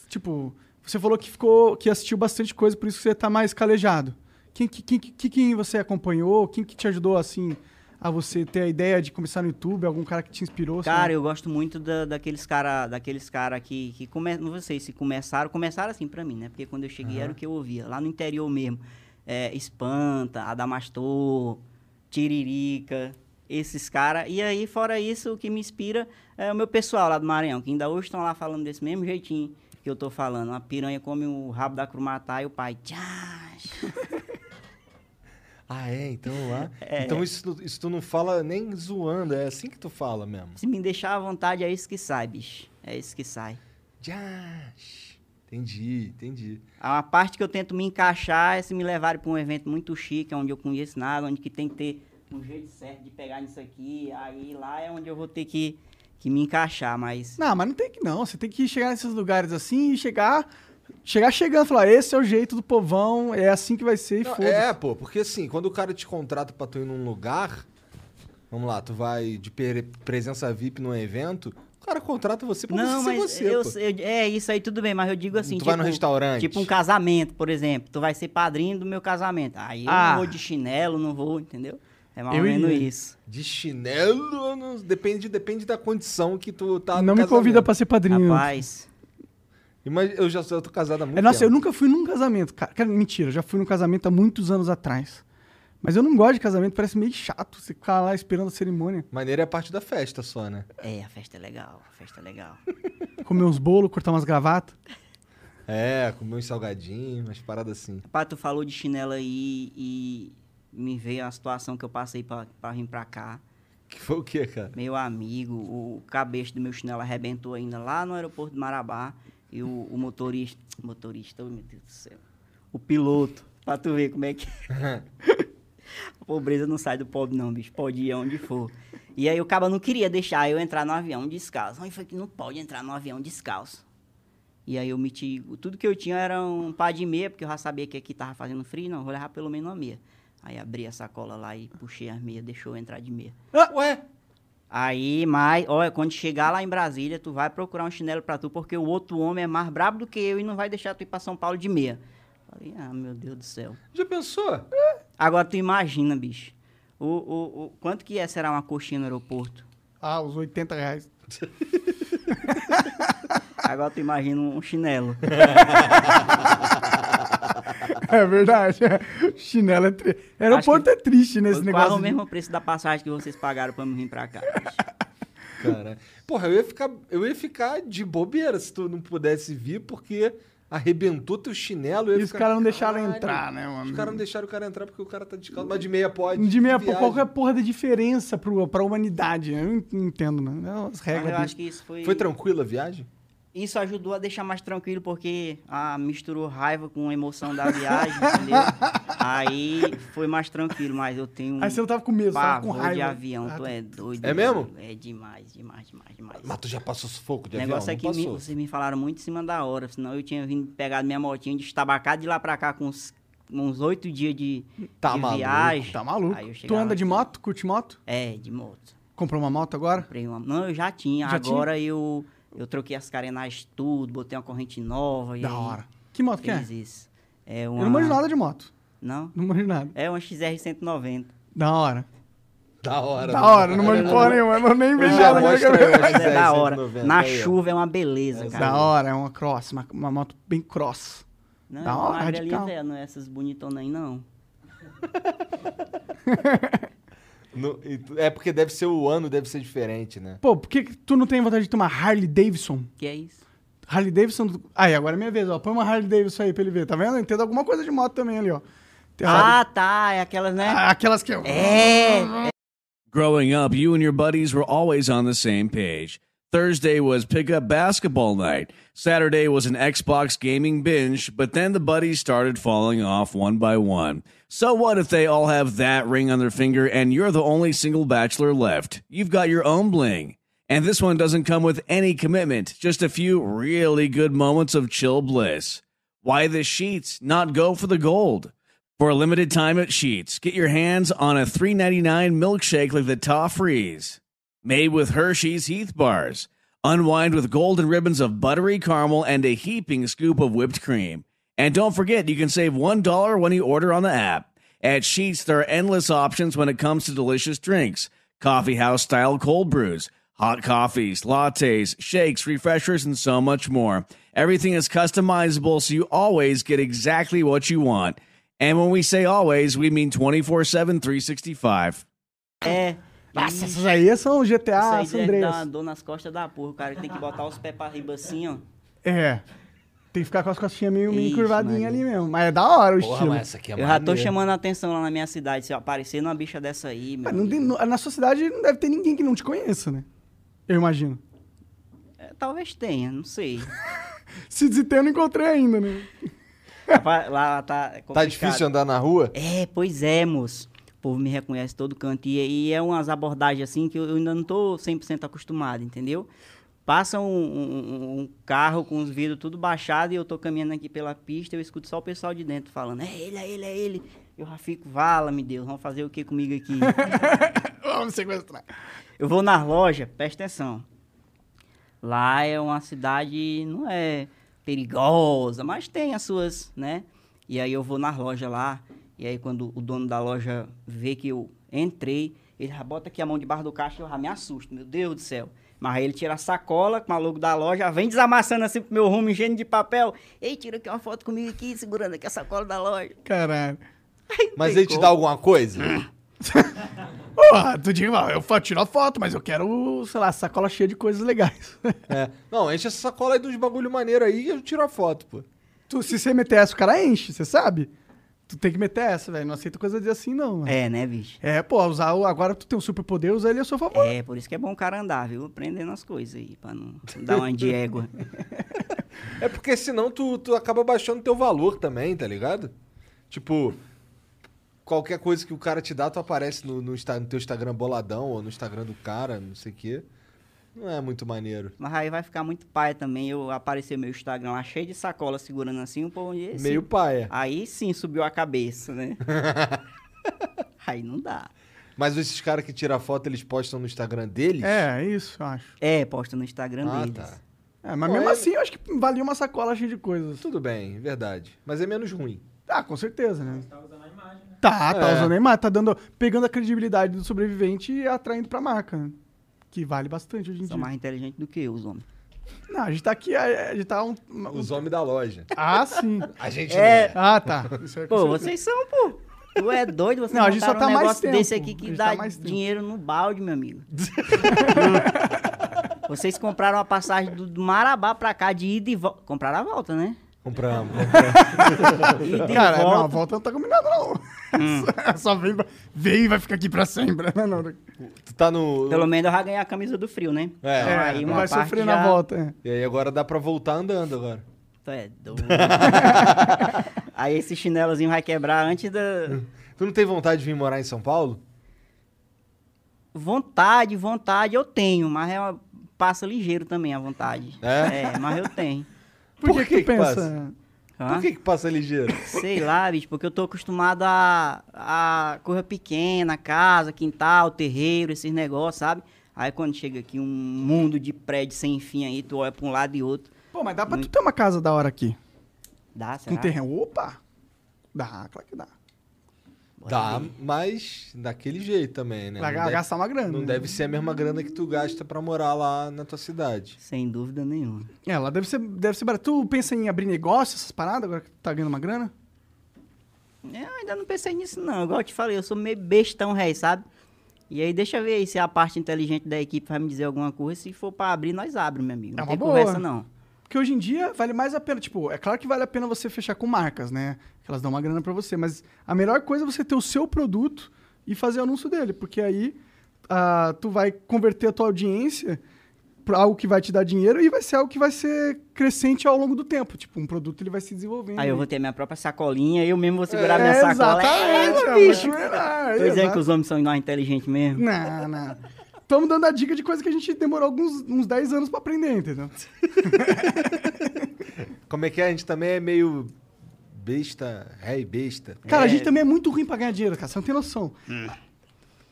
Tipo, você falou que ficou. que assistiu bastante coisa, por isso que você tá mais calejado. Quem, que- quem, que- quem você acompanhou? Quem que te ajudou, assim, a você ter a ideia de começar no YouTube? Algum cara que te inspirou? assim? sei lá? Cara, eu gosto muito da- daqueles cara, daqueles cara que, que come, não sei se começaram, começaram assim pra mim, né? Porque quando eu cheguei era o que eu ouvia, lá no interior mesmo. É, Espanta, Adamastor, Tiririca, esses caras. E aí, fora isso, o que me inspira é o meu pessoal lá do Maranhão, que ainda hoje estão lá falando desse mesmo jeitinho que eu tô falando. A piranha come o rabo da crumatá e o pai... Tchás! Ah, é? Então lá. Então isso, tu- isso tu não fala nem zoando, é assim que tu fala mesmo. Se me deixar à vontade, é isso que sai, bicho. É isso que sai. Josh. Entendi, entendi. A parte que eu tento me encaixar é se me levarem para um evento muito chique, onde eu conheço nada, onde que tem que ter um jeito certo de pegar nisso aqui. Aí lá é onde eu vou ter que, que me encaixar, mas. Não, mas não tem que não. Você tem que chegar nesses lugares assim e chegar. Chegar chegando e falar, esse é o jeito do povão, é assim que vai ser e Não, foda-se. é, pô, porque assim, quando o cara te contrata pra tu ir num lugar, vamos lá, tu vai de pere- presença VIP num evento, o cara contrata você pra Não, você ser mas você, eu, pô. eu- é isso aí, tudo bem, mas eu digo assim, tu vai no restaurante. tipo um casamento, por exemplo, tu vai ser padrinho do meu casamento. Aí eu Ah. não vou de chinelo, não vou, entendeu? É mais ou Eu menos iria. isso. De chinelo, eu não- depende, depende da condição que tu tá no não me casamento. convida pra ser padrinho. Rapaz, Ima- eu já sou- eu tô casado há muito É, nossa, eu tempo. nunca fui num casamento, cara. Cara, Mentira, eu já fui num casamento há muitos anos atrás. Mas eu não gosto de casamento, parece meio chato você ficar lá esperando a cerimônia. Maneira é parte da festa só, né? é, a festa é legal, a festa é legal. Comer uns bolos, cortar umas gravatas. É, comer uns salgadinhos, umas paradas assim. Rapaz, tu falou de chinelo aí e me veio a situação que eu passei pra, pra vir pra cá. Que foi o quê, cara? Meu amigo, o cabeça do meu chinelo arrebentou ainda lá no aeroporto de Marabá. E o, o motorista. Motorista, oh, meu Deus do céu. O piloto, pra tu ver como é que. a pobreza não sai do pobre, não, bicho. Pode ir aonde for. E aí o caba não queria deixar eu entrar no avião descalço. Aí foi que não pode entrar no avião descalço. E aí eu meti. Tudo que eu tinha era um par de meia, porque eu já sabia que aqui tava fazendo frio, não, vou levar pelo menos uma meia. Aí abri a sacola lá e puxei as meias, deixou eu entrar de meia. Ah! ué? Aí, mas, olha, quando chegar lá em Brasília, tu vai procurar um chinelo pra tu, porque o outro homem é mais brabo do que eu e não vai deixar tu ir pra São Paulo de meia. Falei, ah, meu Deus do céu. Já pensou? Agora tu imagina, bicho. O, o, o, quanto que é, será uma coxinha no aeroporto? Ah, os 80 reais. Agora tu imagina um chinelo. É verdade. Chinelo é triste. Aeroporto é triste nesse Foi quase negócio. o de- mesmo preço da passagem que vocês pagaram pra me vir pra cá. bicho. Cara, porra, eu ia ficar, eu ia ficar de bobeira se tu não pudesse vir, porque arrebentou teu chinelo. eu ia E os ficar, caras não deixaram "Caralho, entrar, né, mano?" Os caras não deixaram o cara entrar porque o cara tá descalço, mas de meia pode. De meia, que pô, viagem. qual é a porra da diferença pro, pra humanidade? Eu não entendo, né? As Mas regras. eu do- acho que isso foi... Foi tranquila a viagem? Isso ajudou a deixar mais tranquilo, porque ah, misturou raiva com a emoção da viagem, entendeu? Aí foi mais tranquilo, mas eu tenho um Aí você não tava com medo, você tava com pavor de raiva. avião, Ah, tu é doido. É mesmo? velho. É demais, demais, demais, demais. Mas tu já passou sufoco de O negócio é avião? que me- não passou. vocês me falaram muito em cima da hora, senão eu tinha vindo pegar minha motinha, destabacado de lá pra cá com uns uns oito dias de, Tá de maluco, viagem. Tá maluco. Aí eu chegava Tu anda de aqui- moto? Curte moto? É, de moto. Comprou uma moto agora? Comprei uma. Não, eu já tinha. Já Agora eu eu troquei as carenagens tudo, botei uma corrente nova. e Da aí hora. Que moto que é? Fiz isso. É uma... Eu não manjo nada de moto. Não? Não manjo nada. É uma XR190. Da hora. É, Da hora. Da hora, não É. né? manjo porra nenhuma. Eu nem mexi já na minha mostro cabeça. Mas é da hora. 190, Na aí, ó. chuva é uma beleza, cara. Da hora, é uma cross, uma, uma moto bem cross. Não, Da hora, mas ali radical. é, não é essas bonitonas aí, não. No- e tu- é porque deve ser o ano, deve ser diferente, né? Pô, por que, que tu não tem vontade de tomar Harley Davidson? Que é isso? Harley Davidson. do- Aí, agora é minha vez, ó. Põe uma Harley Davidson aí pra ele ver, tá vendo? Entendo alguma coisa de moto também ali, ó. Tem- Ah, tá. É aquelas, né? Ah, Aquelas que eu. É. Growing up, you and your buddies were always on the same page. Thursday was pickup basketball night. Saturday was an Xbox gaming binge, but then the buddies started falling off one by one. So what if they all have that ring on their finger and you're the only single bachelor left? You've got your own bling. And this one doesn't come with any commitment, just a few really good moments of chill bliss. Why the sheets not go for the gold? For a limited time at Sheets, get your hands on a $3.99 milkshake like the Toffrees, made with Hershey's Heath bars. Unwind with golden ribbons of buttery caramel and a heaping scoop of whipped cream. And don't forget, you can save $1 when you order on the app. At Sheets, there are endless options when it comes to delicious drinks coffee house style cold brews, hot coffees, lattes, shakes, refreshers, and so much more. Everything is customizable, so you always get exactly what you want. And when we say always, we mean 24 7, 365. É. Nossa, essas aí são GTA isso San aí é deve dar uma Andreas. dor nas costas da porra. O cara tem que botar os pés pra riba assim, ó. É. Tem que ficar com as costinhas meio, meio Isso, curvadinhas mano. ali mesmo. Mas é da hora o estilo. Mas... essa aqui é Eu já tô chamando a atenção lá na minha cidade. Se eu aparecer numa bicha dessa aí, meu. não tem- amigo. na sua cidade não deve ter ninguém que não te conheça, né? Eu imagino. É, Talvez tenha, não sei. Se desitei, eu não encontrei ainda, né? Rapaz, lá tá. complicado. Tá difícil andar na rua? É, pois é, moço. O povo me reconhece todo canto. E, e é umas abordagens assim que eu eu ainda não tô 100% acostumado, entendeu? Passa um, um- um carro com os vidros tudo baixado e eu tô caminhando aqui pela pista, eu escuto só o pessoal de dentro falando, é ele, é ele, é ele. Eu já fico, vala, me Deus, vão fazer o que comigo aqui? Vamos sequestrar. Eu vou na loja, presta atenção. Lá é uma cidade, não é perigosa, mas tem as suas, né? E aí eu vou na loja lá, e aí quando o dono da loja vê que eu entrei, ele já bota aqui a mão debaixo do caixa e eu já me assusto, meu Deus do céu. Mas aí ele tira a sacola com a logo da loja, vem desamassando assim pro meu rumo, higiene de papel. Ei, tira aqui uma foto comigo aqui, segurando aqui a sacola da loja. Caralho. Mas ele te dá alguma coisa? Porra, tu diz, "Ah, eu fa- tiro a foto, mas eu quero, sei lá, sacola cheia de coisas legais. É. Não, enche essa sacola aí dos bagulho maneiro aí e eu tiro a foto, pô. tu, se você meter essa, o cara enche, você sabe? Tu tem que meter essa, velho. Não aceita coisa de assim, não, mano. É, né, bicho? É, pô, usar o, agora tu tem um superpoder, usa ele a seu favor. É, por isso que é bom o cara andar, viu? Aprendendo as coisas aí, pra não dar uma de égua. É porque senão tu, tu acaba baixando teu valor também, tá ligado? Tipo, qualquer coisa que o cara te dá, tu aparece no, no, Insta- no teu Instagram boladão ou no Instagram do cara, não sei o quê. Não é muito maneiro. Mas aí vai ficar muito pai também. Eu aparecer meu Instagram lá cheio de sacola segurando assim, um pão de. Meio paia. Aí sim subiu a cabeça, né? aí não dá. Mas esses caras que tiram foto, eles postam no Instagram deles? É, isso, eu acho. É, posta no Instagram Ah, deles. tá. É, mas Pô, mesmo é- assim, eu acho que valia uma sacola cheia de coisas. Tudo bem, verdade. Mas é menos ruim. Ah, com certeza, né? Tá, tá É. usando a imagem, tá dando, pegando a credibilidade do sobrevivente e atraindo pra marca, né? Que vale bastante hoje em São dia. mais inteligentes do que eu, os homens. Não, a gente tá aqui, a, a gente tá um... um- Os homens da loja. Ah, sim. A gente É. não Ah, tá. Isso é com Pô, certeza. vocês são, pô. Tu é doido, você Não, a gente só tá um mais negócio tempo. desse aqui A que gente dá tá mais tempo. dinheiro no balde, meu amigo. vocês compraram a passagem do do Marabá pra cá de ida e volta. Compraram a volta, né? Compramos. Ida e Cara, é não, a volta. volta não tá combinada, não. Só vem, pra- vem e vai ficar aqui pra sempre. né, Não, não. Tu tá no. Pelo menos eu já ganhei a camisa do frio, né? É. Então, É, aí não uma vai parte sofrer já... na volta. é. E aí agora dá pra voltar andando agora. Tu é doido. aí esse chinelozinho vai quebrar antes da... Tu não tem vontade de vir morar em São Paulo? Vontade, vontade eu tenho, mas é uma... passa ligeiro também a vontade. É? mas eu tenho. Por, Por que, que que, que tu pensa? passa? Hã? Por que que passa ligeiro? Sei lá, bicho, porque eu tô acostumado a, a coisa pequena, casa, quintal, terreiro, esses negócios, sabe? Aí quando chega aqui um mundo de prédio sem fim aí, tu olha pra um lado e outro. Pô, mas dá pra tu ter uma casa da hora aqui. Dá, será? Com terreno. Opa! Dá, claro que dá. Dá, mas daquele jeito também, né? Vai Não ga- deve- gastar uma grana. Não né? deve ser a mesma grana que tu gasta pra morar lá na tua cidade. Sem dúvida nenhuma. É, lá deve ser, deve ser barato. Tu pensa em abrir negócio, essas paradas, agora que tu tá ganhando uma grana? Eu ainda não pensei nisso, não. Igual eu te falei, eu sou meio bestão, rei, sabe? E aí deixa eu ver aí se a parte inteligente da equipe vai me dizer alguma coisa. Se for pra abrir, nós abrimos, meu amigo. É Não uma tem boa. conversa, não. Porque hoje em dia vale mais a pena. Tipo, é claro que vale a pena você fechar com marcas, né? Que elas dão uma grana pra você. Mas a melhor coisa é você ter o seu produto e fazer o anúncio dele. Porque aí ah, tu vai converter a tua audiência pra algo que vai te dar dinheiro e vai ser algo que vai ser crescente ao longo do tempo. Tipo, um produto ele vai se desenvolvendo. Aí eu vou ter minha própria sacolinha, eu mesmo vou segurar É, minha sacola. Exatamente, É, é, é, bicho. Tô dizendo exato. Hum. que os homens são nós inteligentes mesmo. Não, não. Estamos dando a dica de coisa que a gente demorou alguns, uns 10 anos pra aprender, entendeu? Como é que é? A gente também é meio besta, rei besta. Cara, a gente também é muito ruim pra ganhar dinheiro, cara. Você não tem noção.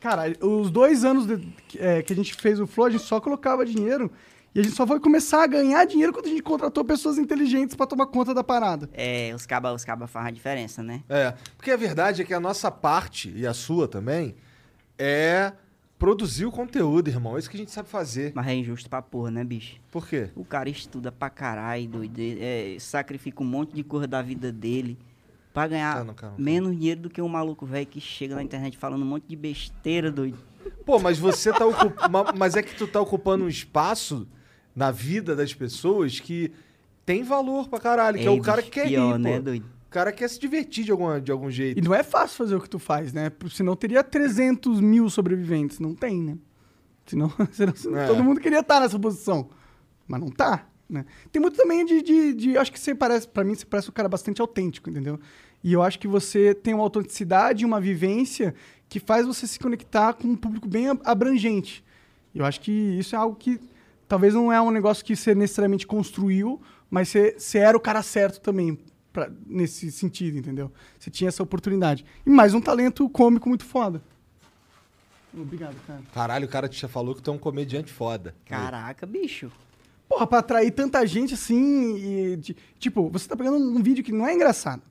Cara, os dois anos de- que- é, que a gente fez o Flow, a gente só colocava dinheiro e a gente só foi começar a ganhar dinheiro quando a gente contratou pessoas inteligentes pra tomar conta da parada. É, os cabas os caba fazem a diferença, né? É, porque a verdade é que a nossa parte, e a sua também, é produzir o conteúdo, irmão. É isso que a gente sabe fazer. Mas é injusto pra porra, né, bicho? Por quê? O cara estuda pra caralho, doido. é, sacrifica um monte de coisa da vida dele pra Ah, ganhar Calma, calma, calma. menos dinheiro do que um maluco velho que chega na internet falando um monte de besteira, doido. Pô, mas você tá ocupando. Mas é que tu tá ocupando um espaço na vida das pessoas que tem valor pra caralho. Que é, Ei, o cara que bicho, quer pior, rir, né, pô. doido? O cara quer se divertir de, alguma, de algum jeito. E não é fácil fazer o que tu faz, né? Por- Senão teria 300 mil sobreviventes. Não tem, né? Senão, senão, senão É. todo mundo queria estar nessa posição. Mas não tá, né? Tem muito também de... de, de- acho que você parece... Pra mim, você parece um cara bastante autêntico, entendeu? E eu acho que você tem uma autenticidade e uma vivência que faz você se conectar com um público bem ab- abrangente. Eu acho que isso é algo que talvez não é um negócio que você necessariamente construiu, mas você, você era o cara certo também pra- nesse sentido, entendeu? Você tinha essa oportunidade. E mais um talento cômico muito foda. Obrigado, cara. Caralho, o cara te falou que tu é um comediante foda. Caraca, bicho. Porra, pra atrair tanta gente assim e... de- tipo, você tá pegando um vídeo que não é engraçado.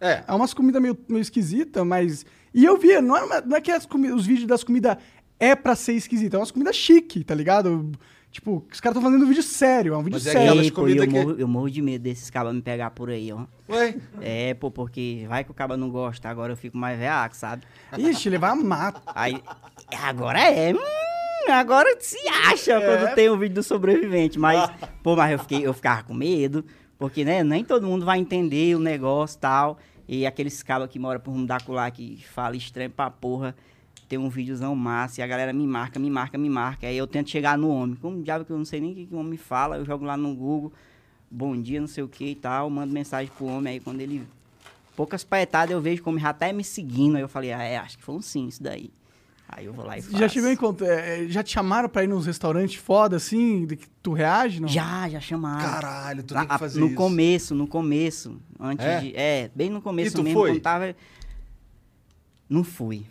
É. É umas comidas meio, meio esquisitas, mas... E eu via, não é, uma- não é que as comi- os vídeos das comidas é pra ser esquisito, é umas comidas chique, tá ligado? Tipo, os caras estão fazendo um vídeo sério, é um vídeo Mas é sério. aquelas Ei, pô, comidas eu, que- morro, eu morro de medo desses cabas me pegar por aí, ó. Ué? É, pô, porque vai que o caba não gosta, agora eu fico mais veaco, sabe? Ixi, ele vai amar. Aí, agora é. Hum, agora se acha quando tem um vídeo do sobrevivente. Mas, pô, mas eu, fiquei, eu ficava com medo, porque né, nem todo mundo vai entender o negócio e tal. E aqueles cabos que mora por Mundaculá que fala estranho pra porra. Tem um videozão massa e a galera me marca, me marca, me marca. Aí eu tento chegar no homem. Como um diabo que eu não sei nem o que, que o homem fala, eu jogo lá no Google, bom dia, não sei o que e tal, mando mensagem pro homem aí quando ele. Poucas paetadas eu vejo como já tá me seguindo. Aí eu falei, ah, é, acho que foi um sim isso daí. Aí eu vou lá e faço. Já te veio em conta, é, é, já te chamaram pra ir nos restaurantes foda assim, de que tu reage, não? Já, já chamaram. Caralho, tu Lá- tem que a- fazer Ah. no isso. começo, no começo. Antes É? de. É, bem no começo E tu mesmo, foi? quando tava. Não fui.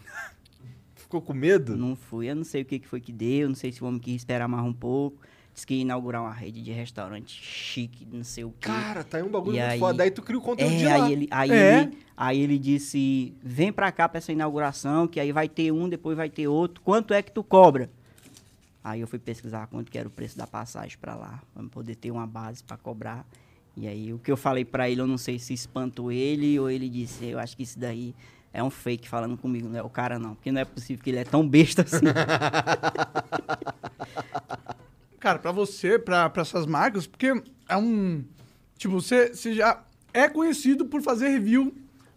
Ficou com medo? Não fui. Eu não sei o que, que foi que deu. Não sei se o homem quis esperar mais um pouco. Diz que ia inaugurar uma rede de restaurante chique, não sei o quê. Cara, tá aí um bagulho E muito aí- foda. Aí tu cria o conteúdo de É, lá. aí ele, aí, É. ele, aí ele disse: vem pra cá pra essa inauguração, que aí vai ter um, depois vai ter outro. Quanto é que tu cobra? Aí eu fui pesquisar quanto que era o preço da passagem pra lá, pra eu poder ter uma base pra cobrar. E aí o que eu falei pra ele, eu não sei se espantou ele ou ele disse: eu acho que isso daí é um fake falando comigo, não é o cara não, porque não é possível que ele é tão besta assim. Cara, pra você, pra, pra essas marcas, porque é um. Tipo, você, você já é conhecido por fazer review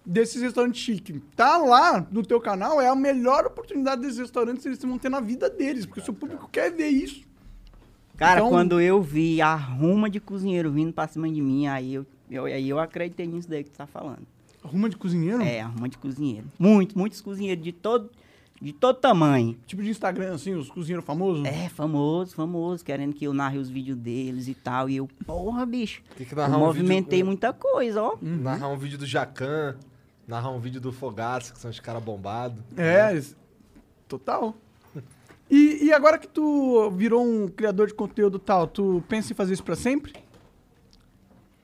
desses restaurantes chiques. Tá lá no teu canal é a melhor oportunidade desses restaurantes eles se manter na vida deles, porque o seu público quer ver isso. Cara, Então- quando eu vi a ruma de cozinheiro vindo pra cima de mim, aí eu, eu, aí eu acreditei nisso daí que tu tá falando. Arruma de cozinheiro? É, a Hum. ruma de cozinheiro. Muito, muitos cozinheiros de todo, de todo tamanho. Tipo de Instagram, assim, os cozinheiros Hum. famosos. É, famoso, famoso, querendo que eu narre os vídeos deles e tal. E eu, porra, bicho. Tem que Eu narrar um movimentei vídeo- muita coisa, ó. Narrar um vídeo do Jacan, narrar um vídeo do Fogaça, que são os caras bombados. É, es- total. E, e agora que tu virou um criador de conteúdo tal, tu pensa em fazer isso pra sempre?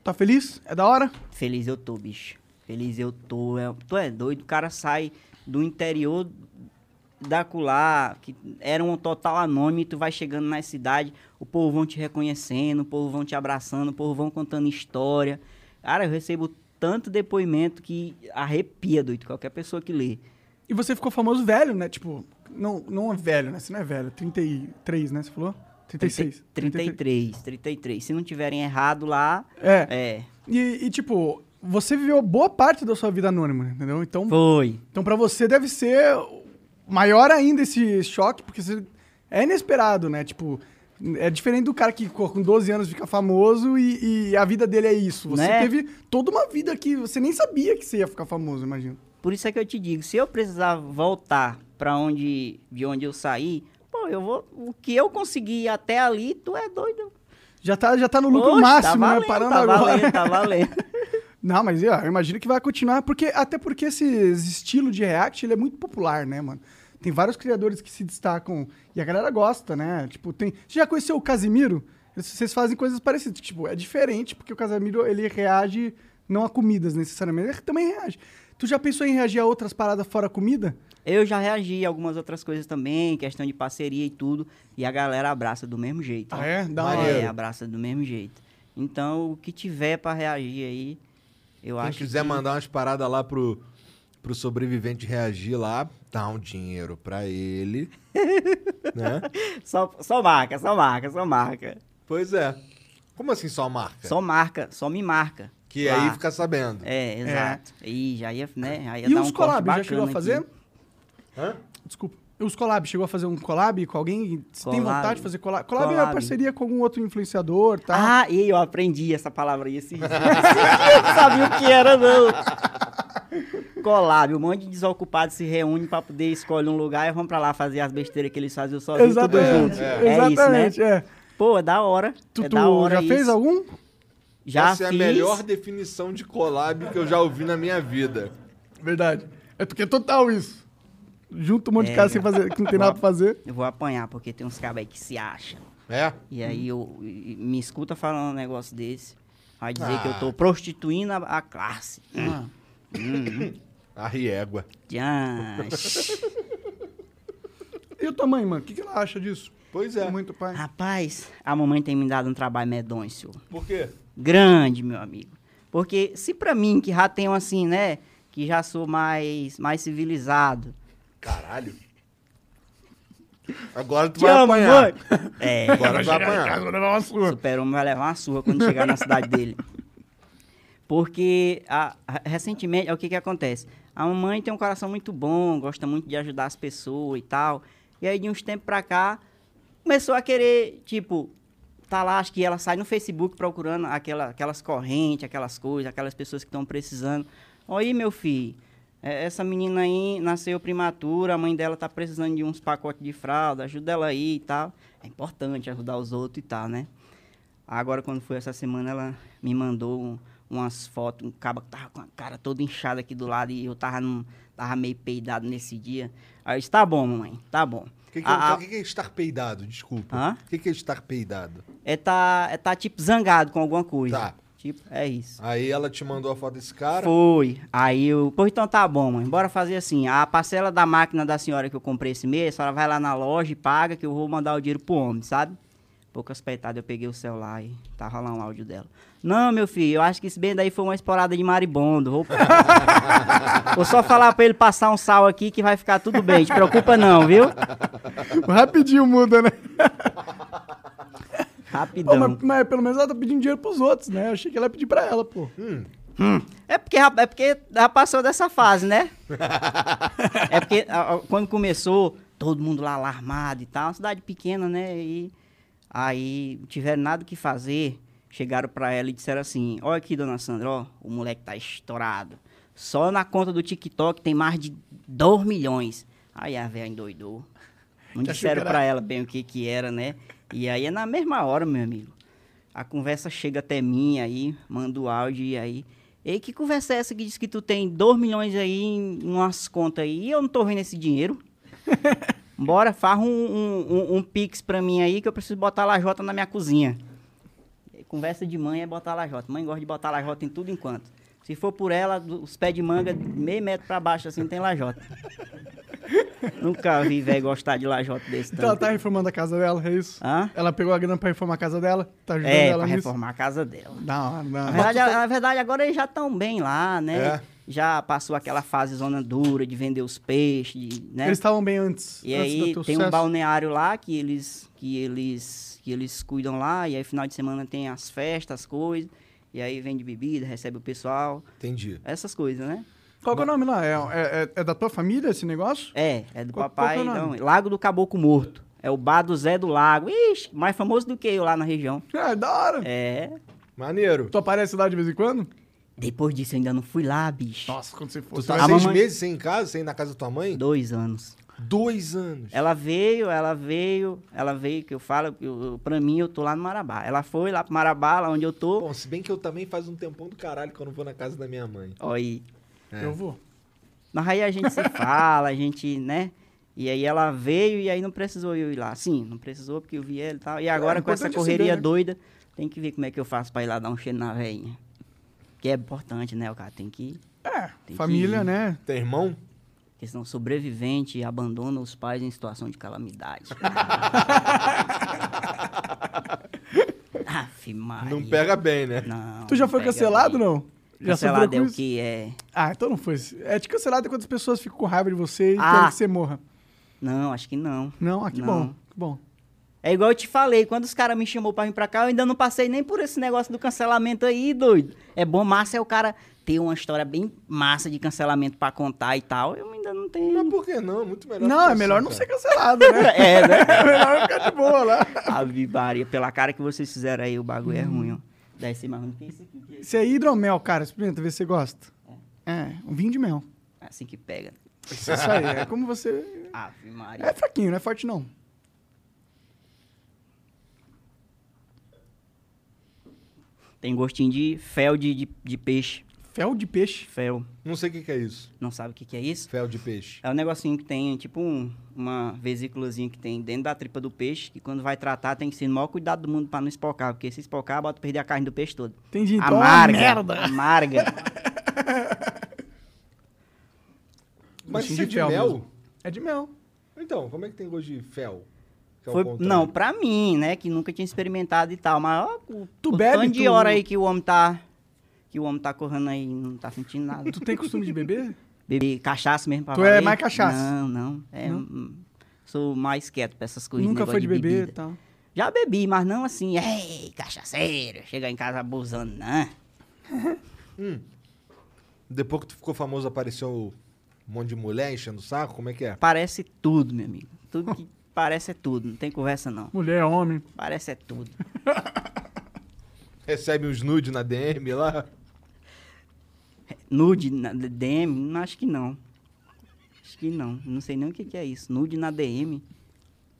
Tá feliz? É da hora? Feliz eu tô, bicho. Feliz eu tô. É, tu é doido, o cara sai do interior da culá, que era um total anônimo, e tu vai chegando na cidade, o povo vão te reconhecendo, o povo vão te abraçando, o povo vão contando história. Cara, eu recebo tanto depoimento que arrepia, doido, qualquer pessoa que lê. E você ficou famoso velho, né? Tipo, não, não é velho, né? Você não é velho, 33, né? Você falou? 36. 33, 33. Se não tiverem errado lá, É. é. E, e, tipo, você viveu boa parte da sua vida anônima, entendeu? Então, Foi. então para você deve ser maior ainda esse choque, porque você é inesperado, né? Tipo, é diferente do cara que co- com 12 anos fica famoso e, e a vida dele é isso. Você Né? teve toda uma vida que você nem sabia que você ia ficar famoso, imagino. Por isso é que eu te digo, se eu precisar voltar pra onde de onde eu saí, pô, eu vou o que eu consegui até ali, tu é doido. Já tá, já tá no lucro Oxe, máximo, tá valendo, né? Parando tá agora. valendo, tá valendo. Não, mas ah, eu, eu imagino que vai continuar, porque até porque esse estilo de react ele é muito popular, né, mano? Tem vários criadores que se destacam e a galera gosta, né? Tipo, tem. Você já conheceu o Casimiro? Eles- Vocês fazem coisas parecidas. Tipo, é diferente, porque o Casimiro ele reage não a comidas necessariamente, ele também reage. Tu já pensou em reagir a outras paradas fora comida? Eu já reagi a algumas outras coisas também, questão de parceria e tudo, e a galera abraça do mesmo jeito. Ah, é? Da É, hora. abraça do mesmo jeito. Então, o que tiver pra reagir aí, eu Quem acho quiser que mandar umas paradas lá pro, pro sobrevivente reagir lá, dá um dinheiro pra ele. né? só, só marca, só marca, só marca. Pois é. Como assim só marca? Só marca, só me marca. Que Lá. aí fica sabendo. É, exato. E já ia, né? Já ia e dar os um corte collabs? Já bacana chegou a aqui. fazer? Hã? Desculpa. Os collabs, chegou a fazer um collab com alguém? Você tem Collab. vontade de fazer collab? Collab, é uma Collab. parceria com algum outro influenciador, tá? Ah, e eu aprendi essa palavra aí esses dias. Eu não sabia o que era, não. Collab, um monte de desocupado se reúne pra poder escolher um lugar e vamos pra lá fazer as besteiras que eles faziam sozinhos, tudo Exatamente. junto. É, É Exatamente, isso, né? é. Pô, é da hora. Tu, é tu da hora já isso. fez algum? Já Essa é a fiz. melhor definição de collab que eu já ouvi na minha vida. Verdade. É porque é total isso. Junta um É. monte de cara sem fazer, que não tem nada pra fazer. Eu vou apanhar, porque tem uns cabos aí que se acham. É? E aí eu, e- e me escuta falando um negócio desse. Vai dizer que eu Ah. tô prostituindo a, a classe. Ah. A riégua. Tchan. E a tua mãe, mano? O que, que ela acha disso? Pois é. Muito pai. Rapaz, a mamãe tem me dado um trabalho medonho, senhor. Por quê? Grande, meu amigo. Porque se pra mim, que já tenho assim, né? Que já sou mais, mais civilizado. Caralho. Agora tu Te vai amo, apanhar. mãe. É, Agora tu vai apanhar. o super-homem vai levar uma surra quando chegar na cidade dele. Porque, a- a- recentemente, é o que que acontece? A mamãe tem um coração muito bom, gosta muito de ajudar as pessoas e tal. E aí, de uns tempos pra cá, começou a querer, tipo, tá lá, acho que ela sai no Facebook procurando aquela, aquelas correntes, aquelas coisas, aquelas pessoas que estão precisando. Oi, meu filho, é, essa menina aí nasceu prematura, a mãe dela tá precisando de uns pacotes de fralda, ajuda ela aí e tal. É importante ajudar os outros e tal, né? Agora, quando foi essa semana, ela me mandou um- umas fotos, um cabo que tava com a cara toda inchada aqui do lado e eu tava, num, tava meio peidado nesse dia. Aí eu disse, tá bom, mamãe, tá bom. O que, que, A- é- a- o que que é estar peidado? Desculpa. Hã? O que, que é estar peidado? é tá, é tá tipo zangado com alguma coisa. Tá. Tipo, é isso. Aí ela te mandou a foto desse cara. Foi. Aí eu. Pô, então tá bom, mãe. Bora fazer assim. A parcela da máquina da senhora que eu comprei esse mês, a senhora vai lá na loja e paga que eu vou mandar o dinheiro pro homem, sabe? Poucas peitadas, eu peguei o celular e tava lá um áudio dela. Não, meu filho, eu acho que esse bem daí foi uma esporada de maribondo. Vou, vou só falar pra ele passar um sal aqui que vai ficar tudo bem. Te preocupa não, viu? Rapidinho muda, né? Pô, Rapidão. mas, mas pelo menos ela tá pedindo dinheiro pros outros, né? Eu achei que ela ia pedir pra ela, pô. É porque, já- é porque já passou dessa fase, né? é porque a- a- quando começou, todo mundo lá alarmado e tal, uma cidade pequena, né? E aí não tiveram nada o que fazer, chegaram pra ela e disseram assim: Olha aqui, dona Sandra, ó, o moleque tá estourado. Só na conta do TikTok tem mais de 2 milhões. Aí a velha endoidou. Não disseram pra ela bem o que que era, né? E aí é na mesma hora, meu amigo. A conversa chega até mim aí, manda o áudio e aí. Ei, que conversa é essa que diz que tu tem 2 milhões aí em umas contas aí e eu não tô vendo esse dinheiro? Bora, farra um, um, um- um pix pra mim aí que eu preciso botar lajota na minha cozinha. Conversa de mãe é botar lajota. Mãe gosta de botar lajota em tudo enquanto. Se for por ela, os pés de manga, meio metro pra baixo assim, tem lajota. Nunca vi velho gostar de lajota desse Então ela tanto. tá reformando a casa dela, é isso? Hã? Ela pegou a grana pra reformar a casa dela? Tá ajudando É, ela pra nisso? reformar a casa dela. Da hora, da Na hora. verdade, na verdade, agora eles já estão bem lá, né? É. Já passou aquela fase zona dura de vender os peixes, de- né? Eles estavam bem antes. E antes do aí teu tem um sucesso. balneário lá que eles, que eles, que eles cuidam lá. E aí final de semana tem as festas, as coisas. E aí vende bebida, recebe o pessoal, Entendi. essas coisas, né? Qual que é o nome lá? É, é- é- é da tua família esse negócio? É, é do Qual- qual papai. que é o nome? não, Lago do Caboclo Morto. É o bar do Zé do Lago. Ixi, mais famoso do que eu lá na região. É, da hora. É. Maneiro. Tu aparece lá de vez em quando? Depois disso eu ainda não fui lá, bicho. Nossa, quando você for. Tu você tá vai- A seis mamãe- meses sem ir em casa, sem ir na casa da tua mãe? Dois anos. Dois anos. Ela veio, ela veio, ela veio, que eu falo, eu, eu- pra mim eu tô lá no Marabá. Ela foi lá pro Marabá, lá onde eu tô. Bom, se bem que eu também faz um tempão do caralho que eu não vou na casa da minha mãe. Ó, e, Eu vou. mas aí a gente se fala, a gente, né? E aí ela veio e aí não precisou eu ir lá. Sim, não precisou porque eu vi ela e tal. E agora É, com essa importante é se ver, correria né? doida, tem que ver como é que eu faço pra ir lá dar um cheiro na veinha. Que é importante, né, o cara tem que ir. É, que família, ir. né? Tem irmão? Porque senão sobrevivente abandona os pais em situação de calamidade. Aff, Maria. Não pega bem, né? Não, Tu já não foi pega cancelado ou bem. não? Já Cancelado é sofreu com o isso? que é. Ah, então não foi. É de cancelado é quando as pessoas ficam com raiva de você e Ah. querem que você morra. Não, acho que não. Não, ah, que Não. bom. Que bom. É igual eu te falei, quando os caras me chamou pra vir pra cá, eu ainda não passei nem por esse negócio do cancelamento aí, doido. É bom, massa é o cara ter uma história bem massa de cancelamento pra contar e tal. Eu ainda não tenho. né? Mas por que não? Muito melhor. Não, ficar é melhor assim, não cara. ser cancelado, né? É, né? É melhor ficar de boa lá. Ave Maria, pela cara que vocês fizeram aí, o bagulho Hum. é ruim, ó. Deve ser mais ruim que isso aqui. que Isso é hidromel, cara. Experimenta, vê se você gosta. É, um vinho de mel. é Assim que pega. Isso aí. É como você. Ave Maria. É fraquinho, não é forte, não. Tem gostinho de fel de, de, de peixe. Fel de peixe. Fel. Não sei o que, que é isso. Não sabe o que, que é isso? Fel de peixe. É um negocinho que tem, tipo, um- uma vesículazinha que tem dentro da tripa do peixe, que quando vai tratar tem que ser o maior cuidado do mundo pra não espocar, porque se espocar, bota perder a carne do peixe todo. Entendi. Então, é uma amarga. merda. Amarga. Mas Gostinho isso é de de fel mel? mesmo. É de mel. Então, como é que tem gosto de fel? Que é o Foi, contrário. não, pra mim, né, que nunca tinha experimentado e tal, mas ó, o, Tu o bebe, tanto de tu- hora aí que o homem tá. Que o homem tá correndo aí, não tá sentindo nada. Tu tem costume de beber? Beber cachaça mesmo pra Tu é valer? mais cachaça? Não, não. É, hum, Sou mais quieto pra essas coisas. Nunca negócio foi de beber tá. bebida. e tal. Já bebi, mas não assim, ei, cachaceiro, chegar em casa abusando, né? Depois que tu ficou famoso, apareceu um monte de mulher enchendo o saco? Como é que é? Parece tudo, meu amigo. Tudo que parece é tudo, não tem conversa não. Mulher, homem. Parece é tudo. Recebe uns nude na DM lá? Nude na D- DM, não acho que não. Acho que não, não sei nem o que, que é isso. Nude na DM.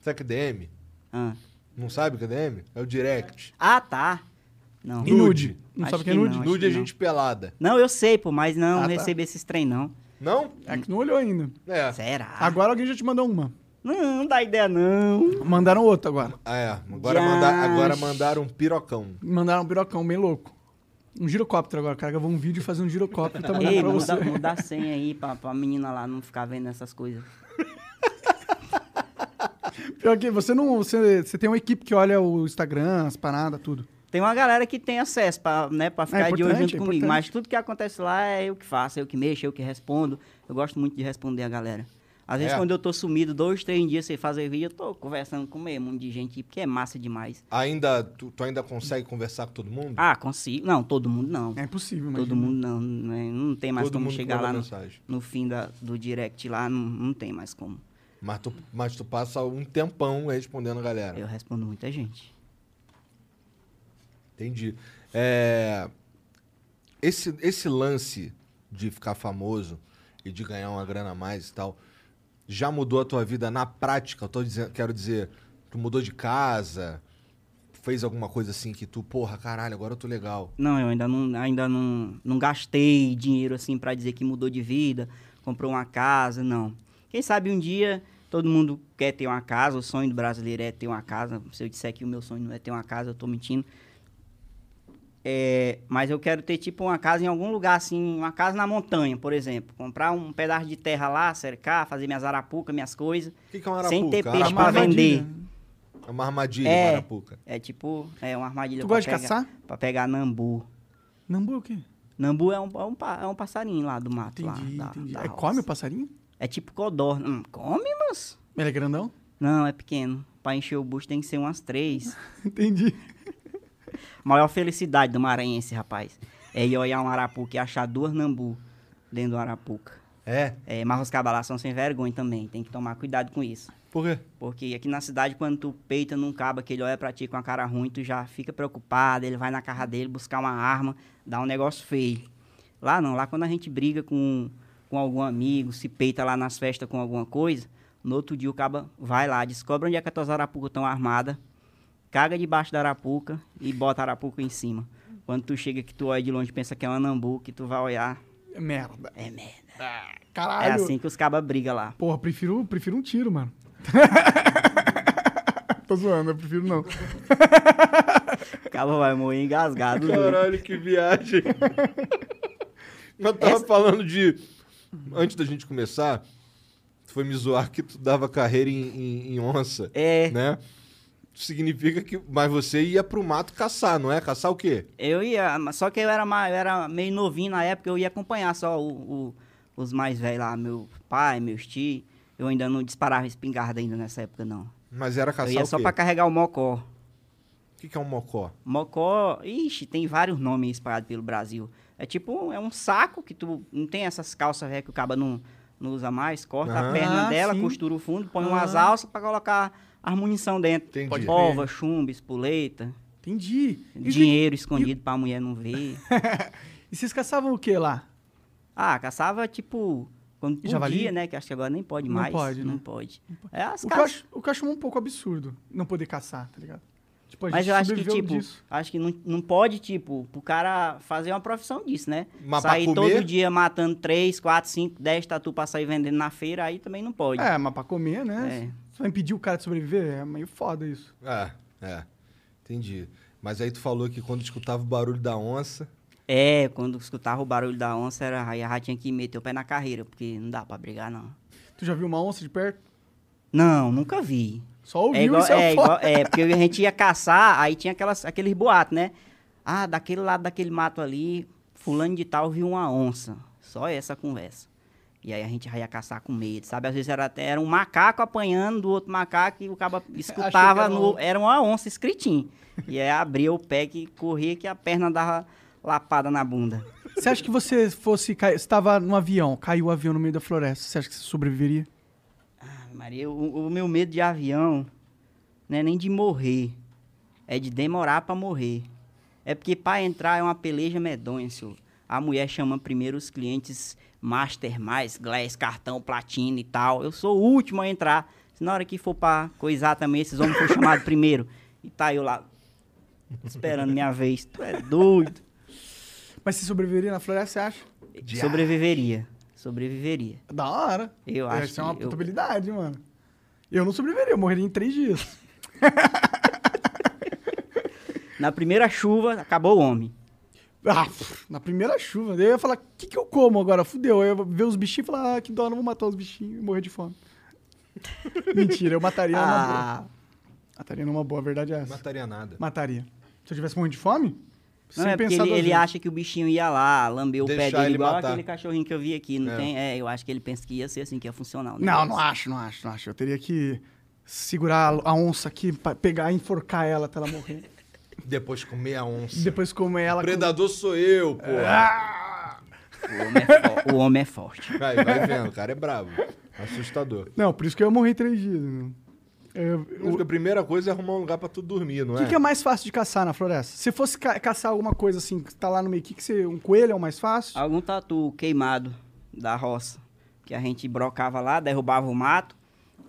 Sabe que é DM? Ah, Não sabe o que é DM? É o direct. Ah, tá. Não. E nude. Não Acho sabe o que é que nude? não. acho nude é que gente pelada. Não, eu sei, pô, mas não Ah, tá. recebo esses trem não. Não? É que tu não olhou ainda. É. Será? Agora alguém já te mandou uma. Não, não dá ideia não. Mandaram outra agora. Ah, é. Agora, manda, Já- agora mandaram um pirocão. Mandaram um pirocão bem louco. Um girocóptero agora. O cara gravou um vídeo fazendo um girocóptero e tá mandando Ei, pra você. muda, muda a senha aí pra, pra menina lá não ficar vendo essas coisas. Pior que você não. Você, você tem uma equipe que olha o Instagram, as paradas, tudo. Tem uma galera que tem acesso pra, né, pra ficar de olho importante, junto é comigo, importante. é mas tudo que acontece lá é eu que faço, eu que mexo, eu que respondo. Eu gosto muito de responder a galera. Às vezes, É. quando eu tô sumido dois, três dias sem fazer vídeo, eu tô conversando com meio mundo de gente, porque é massa demais. Ainda, tu, tu ainda consegue conversar com todo mundo? Ah, consigo. Não, todo mundo não. É impossível, mas. todo mundo não. né? Não tem mais todo como mundo chegar manda lá no, mensagem. no fim da- do direct lá, não, não tem mais como. Mas tu, mas tu passa um tempão respondendo a galera. Eu respondo muita gente. Entendi. É, esse, esse lance de ficar famoso e de ganhar uma grana a mais e tal, já mudou a tua vida na prática? Eu tô dizendo, quero dizer, tu mudou de casa, fez alguma coisa assim que tu, porra, caralho, agora eu tô legal. Não, eu ainda não, ainda não, não gastei dinheiro assim pra dizer que mudou de vida, comprou uma casa, não. Quem sabe um dia todo mundo quer ter uma casa, o sonho do brasileiro é ter uma casa. Se eu disser que o meu sonho não é ter uma casa, eu tô mentindo. É, mas eu quero ter tipo uma casa em algum lugar assim, uma casa na montanha, por exemplo. Comprar um pedaço de terra lá, cercar, fazer minhas arapucas, minhas coisas, O que, que é uma arapuca? sem ter Arapuca peixe pra vender. É uma armadilha, É. uma arapuca. É tipo, é uma armadilha Tu pra gosta de pegar, caçar? pra pegar nambu. Nambu é o quê? Nambu é um, é um, pa- é um passarinho lá do mato. Entendi, lá, da- entendi. da é, roça. come o passarinho? É tipo codorna. Hum, come, moço? Ele é grandão? Não, é pequeno. Pra encher o bucho tem que ser umas três. Entendi. Maior felicidade do maranhense, rapaz. É ir olhar um arapuca e achar duas nambu dentro do arapuca. É? É, mas os cabalás são sem vergonha também. Tem que tomar cuidado com isso. Por quê? Porque aqui na cidade, quando tu peita num cabo que ele olha pra ti com a cara ruim, tu já fica preocupado, ele vai na cara dele buscar uma arma, dá um negócio feio. Lá não, lá quando a gente briga com, com algum amigo, se peita lá nas festas com alguma coisa, no outro dia o caba vai lá, descobre onde é que as tuas arapucas estão armadas, caga debaixo da arapuca e bota a arapuca em cima. Quando tu chega que tu olha de longe pensa que é um anambu, que tu vai olhar, É merda. Ah, é merda. É Caralho. assim que os cabas brigam lá. Porra, prefiro, prefiro um tiro, mano. Tô zoando, eu prefiro não. O caba vai morrer engasgado. doido. Caralho, que viagem. Eu tava falando de. Antes da gente começar, tu foi me zoar que tu dava carreira em, em- em onça. É. Né? Significa que. Mas você ia pro mato caçar, não é? Caçar o quê? Eu ia, mas só que eu era, ma- eu era meio novinho na época, eu ia acompanhar só o- o- os mais velhos lá, meu pai, meus tios. Eu ainda não disparava espingarda ainda nessa época, não. Mas era caçar eu ia o só quê? pra carregar o mocó. O que, que é um mocó? Mocó, ixi, tem vários nomes espalhados pelo Brasil. É tipo, um- é um saco que tu não tem essas calças velhas que o caba não, não usa mais, corta Ah, a perna dela, sim. costura o fundo, põe umas alças pra colocar as munição dentro. Entendi. Pode Pova, chumbo, espoleta, Entendi. E, dinheiro escondido pra mulher não ver. e vocês caçavam o quê lá? Ah, caçava tipo quando podia, javali? né? Que acho que agora nem pode Não mais. pode, não né? pode. É as O que, eu caças. acho, o que eu acho um pouco absurdo não poder caçar, tá ligado? Tipo, a Mas gente eu acho que sobreviveu tipo, disso. acho que não, não pode tipo pro cara fazer uma profissão disso, né? Mas pra sair comer? todo dia matando 3, 4, 5, 10 tatu pra sair vendendo na feira, aí também não pode. É, mas pra comer, né? É. Só impedir o cara de sobreviver é meio foda isso. É, é. Entendi. Mas aí tu falou que quando escutava o barulho da onça. É, quando escutava o barulho da onça, era aí a tinha que meter o pé na carreira, porque não dá pra brigar não. Tu já viu uma onça de perto? Não, nunca vi. Só ouviu é igual, isso é, é, foda. igual- é, porque a gente ia caçar, aí tinha aquelas, aqueles boatos, né? Ah, daquele lado daquele mato ali, fulano de tal viu uma onça. Só essa conversa. E aí a gente já ia caçar com medo, sabe? Às vezes era, até, era um macaco apanhando do outro macaco e o cara escutava, era no- era, uma onça. uma onça escritinho. E aí abria o pé que corria que a perna dava lapada na bunda. Você acha que você fosse. Cai... Você tava num avião, caiu o avião no meio da floresta. Você acha que você sobreviveria? Ai, Maria, o, o meu medo de avião não é nem de morrer, é de demorar pra morrer. É porque pra entrar é uma peleja medonha, senhor. A mulher chama primeiro os clientes Master, mais Glass, cartão, platina e tal. Eu sou o último a entrar. Se na hora que for pra coisar também, esses homens foram chamados primeiro. E tá eu lá, esperando minha vez. Tu é doido. Mas você sobreviveria na floresta, você acha? Sobreviveria. Sobreviveria. Da hora. Eu acho Essa é uma que eu- puta habilidade, mano. Eu não sobreviveria, eu morreria em três dias. Na primeira chuva, acabou o homem. Ah, pff, na primeira chuva. Eu ia falar, o que, que eu como agora? Fudeu. Eu ia ver os bichinhos e falar, ah, que dó, não vou matar os bichinhos e morrer de fome. Mentira, eu mataria numa boa. Ah, Mataria numa boa, a verdade é essa. Mataria nada. Mataria. Se eu tivesse morrendo de fome? Não, Sem é porque pensar ele, duas ele vezes. acha que o bichinho ia lá, lamber o pé Deixar dele, ele igual matar. aquele cachorrinho que eu vi aqui, não É. tem? É, eu acho que ele pensa que ia ser assim, que ia funcionar. o Não, negócio. não acho, não acho, não acho. Eu teria que segurar a onça aqui, pa- pegar e enforcar ela até ela morrer. Depois comer a E onça. Depois comer ela. com- Predador sou eu, pô. É. O homem é, fo- o homem é forte. Vai, vai vendo, o cara é brabo. Assustador. Não, por isso que eu morri três dias. né? Eu- eu- A primeira coisa é arrumar um lugar pra tu dormir, não O é? que, que é mais fácil de caçar na floresta? Se fosse ca- caçar alguma coisa assim, que tá lá no meio, o que, que você. Um coelho é o mais fácil? Algum tatu queimado da roça, que a gente brocava lá, derrubava o mato,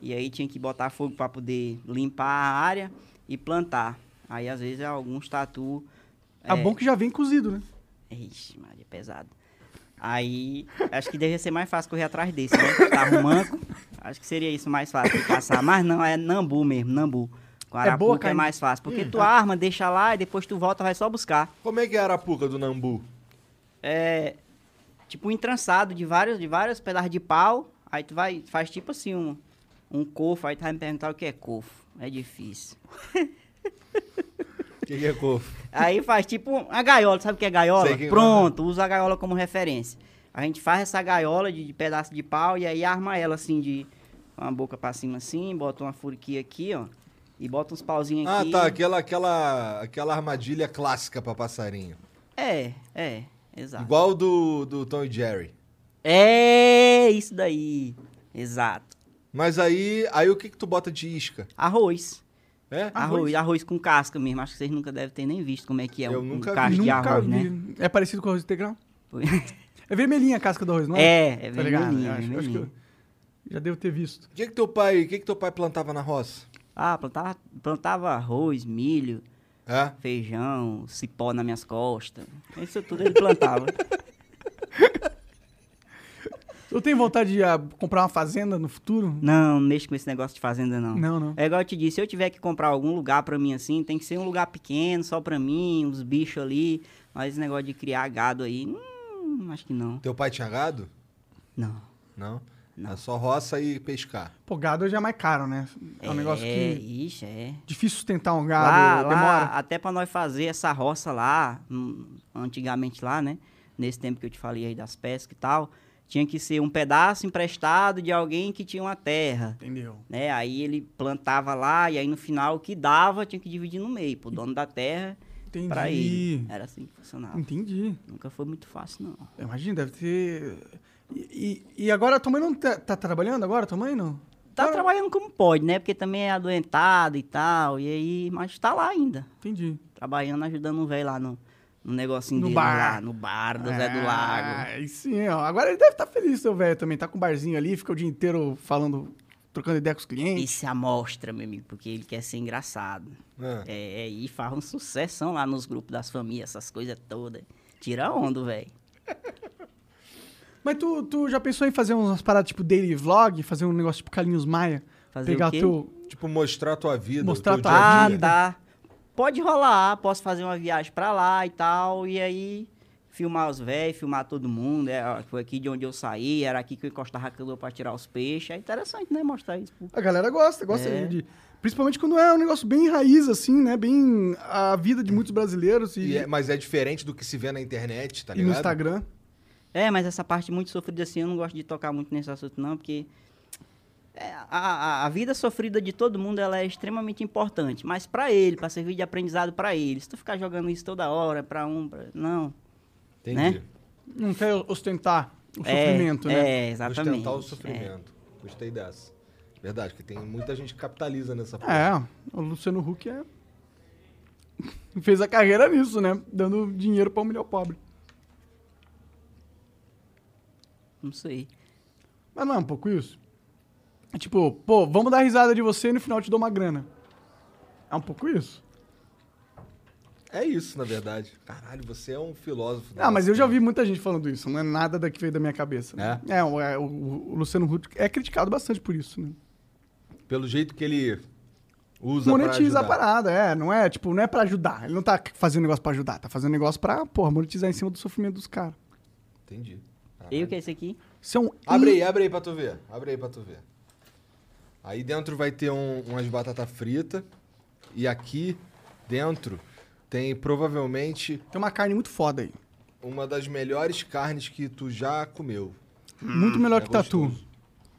e aí tinha que botar fogo para poder limpar a área e plantar. Aí, às vezes, alguns tatu... É bom que já vem cozido, né? Ixi, Maria, pesado. Aí, acho que deveria ser mais fácil correr atrás desse, né? Tá um manco. Acho que seria isso mais fácil de caçar. Mas não, é nambu mesmo, nambu. Com É boa, Hum, tá. arapuca é, Caio? mais fácil. Porque tu arma, deixa lá e depois tu volta, vai só buscar. Como é que é a arapuca do Nambu? É tipo um entrançado de vários, de vários pedaços de pau. Aí tu vai, faz tipo assim um, um cofo. Aí tu vai me perguntar o que é cofo. É difícil. O que, que é cofo? Aí faz tipo uma gaiola, sabe o que é gaiola? Sei que- Pronto, usa a gaiola como referência. A gente faz essa gaiola de, de pedaço de pau e aí arma ela assim de uma boca pra cima assim, bota uma furquinha aqui, ó, e bota uns pauzinhos Ah, aqui. tá. Aquela, aquela, aquela armadilha clássica pra passarinho. É, é, Tá. exato. Igual do, do Tom e Jerry. É isso daí. Exato. Mas aí, aí o que que tu bota de isca? Arroz. É? Ah. Arroz, arroz, com casca mesmo. Acho que vocês nunca devem ter nem visto como é que é Eu um, nunca vi. um cacho de Nunca arroz, vi. né? É parecido com arroz integral? É vermelhinha a casca do arroz, não é? É, é Tá ligado? vermelhinho, Eu acho, eu acho que vermelhinho. eu já devo ter visto. O que que teu pai, o que que teu pai plantava na roça? Ah, plantava, plantava arroz, milho, É? feijão, cipó nas minhas costas. Isso tudo ele plantava. Eu tenho vontade de ah, comprar uma fazenda no futuro? não, não mexo com esse negócio de fazenda, não. Não, não. É igual eu te disse, se eu tiver que comprar algum lugar pra mim assim, tem que ser um lugar pequeno, só pra mim, uns bichos ali. Mas esse negócio de criar gado aí, hum, acho que não. Teu pai tinha gado? Não. Não. É só roça e pescar. Pô, gado já é mais caro, né? É um negócio É, que. Ixi, é. Difícil sustentar um Lá, gado, lá, demora. até pra nós fazer essa roça lá, hum, antigamente lá, né? Nesse tempo que eu te falei aí das pescas e tal, tinha que ser um pedaço emprestado de alguém que tinha uma terra. Entendeu? né? Aí ele plantava lá e aí no final o que dava tinha que dividir no meio, pro dono da terra Entendi. pra ele. Era assim que funcionava. Entendi. Nunca foi muito fácil, não. Tá Imagina, deve ter. E, e- e agora a tua mãe não tá, tá trabalhando agora? Tua mãe não? Tá Cara, trabalhando como pode, né? Porque também é adoentado e tal, e aí, mas tá lá ainda. Entendi. Trabalhando, ajudando o velho lá no, no negocinho No dele bar. lá, no bar do Zé do Ah, Lago. aí sim, ó. Agora ele deve estar feliz, seu velho, também. Tá com um barzinho ali, fica o dia inteiro falando, trocando ideia com os clientes. Isso é amostra, meu amigo, porque ele quer ser engraçado. É. É, e faz uma sucessão lá nos grupos das famílias, essas coisas todas. Tira onda, velho. Mas tu, tu já pensou em fazer umas paradas tipo daily vlog, fazer um negócio tipo Carlinhos Maia? Fazer pegar o quê? teu. Tipo, mostrar tua vida. É. Mostrar o teu tua dia né? a Ah, dia. tá. Pode rolar, posso fazer uma viagem pra lá e tal, e aí filmar os velhos, filmar todo mundo. É, ó, foi aqui de onde eu saí, era aqui que eu encostava a canoa pra tirar os peixes. É interessante, né? Mostrar isso. pro- A galera gosta, gosta É. de. Principalmente quando é um negócio bem raiz, assim, né? Bem a vida de muitos brasileiros e, E é- mas é diferente do que se vê na internet, tá e no ligado? Instagram. É, mas essa parte muito sofrida assim, eu não gosto de tocar muito nesse assunto, não, porque. é, a, a- a vida sofrida de todo mundo ela é extremamente importante, mas pra ele, pra servir de aprendizado pra ele. Se tu ficar jogando isso toda hora, pra um, pra... não. Entendi. né? Não quer ostentar o É, sofrimento, né? É, exatamente. Ostentar o É. sofrimento. Gostei dessa. Verdade, porque tem muita gente que capitaliza nessa É, o Luciano Huck é... fez a carreira nisso, né? Dando dinheiro pra humilhar o pobre. Não sei. Mas não é um pouco isso? É tipo, pô, vamos dar risada de você e no final eu te dou uma grana. É um pouco isso. É isso, na verdade. Caralho, você é um filósofo. Ah, mas eu já vi muita gente falando isso. Não é nada da que veio da minha cabeça. né? É, o, é, o- o Luciano Huck é criticado bastante por isso, né? Pelo jeito que ele usa Monetiza pra a ajudar. parada, é. Não é, tipo, não é pra ajudar. Ele não tá fazendo negócio pra ajudar. Tá fazendo negócio pra, porra, monetizar em cima do sofrimento dos caras. Entendi. Caralho. E o que é esse aqui? Isso é um Abre aí, abre aí pra tu ver. Abre aí pra tu ver. Aí dentro vai ter um- umas batata frita. E aqui dentro Tem provavelmente Tem uma carne muito foda aí. uma das melhores carnes que tu já comeu. Muito melhor é que tatu. gostoso.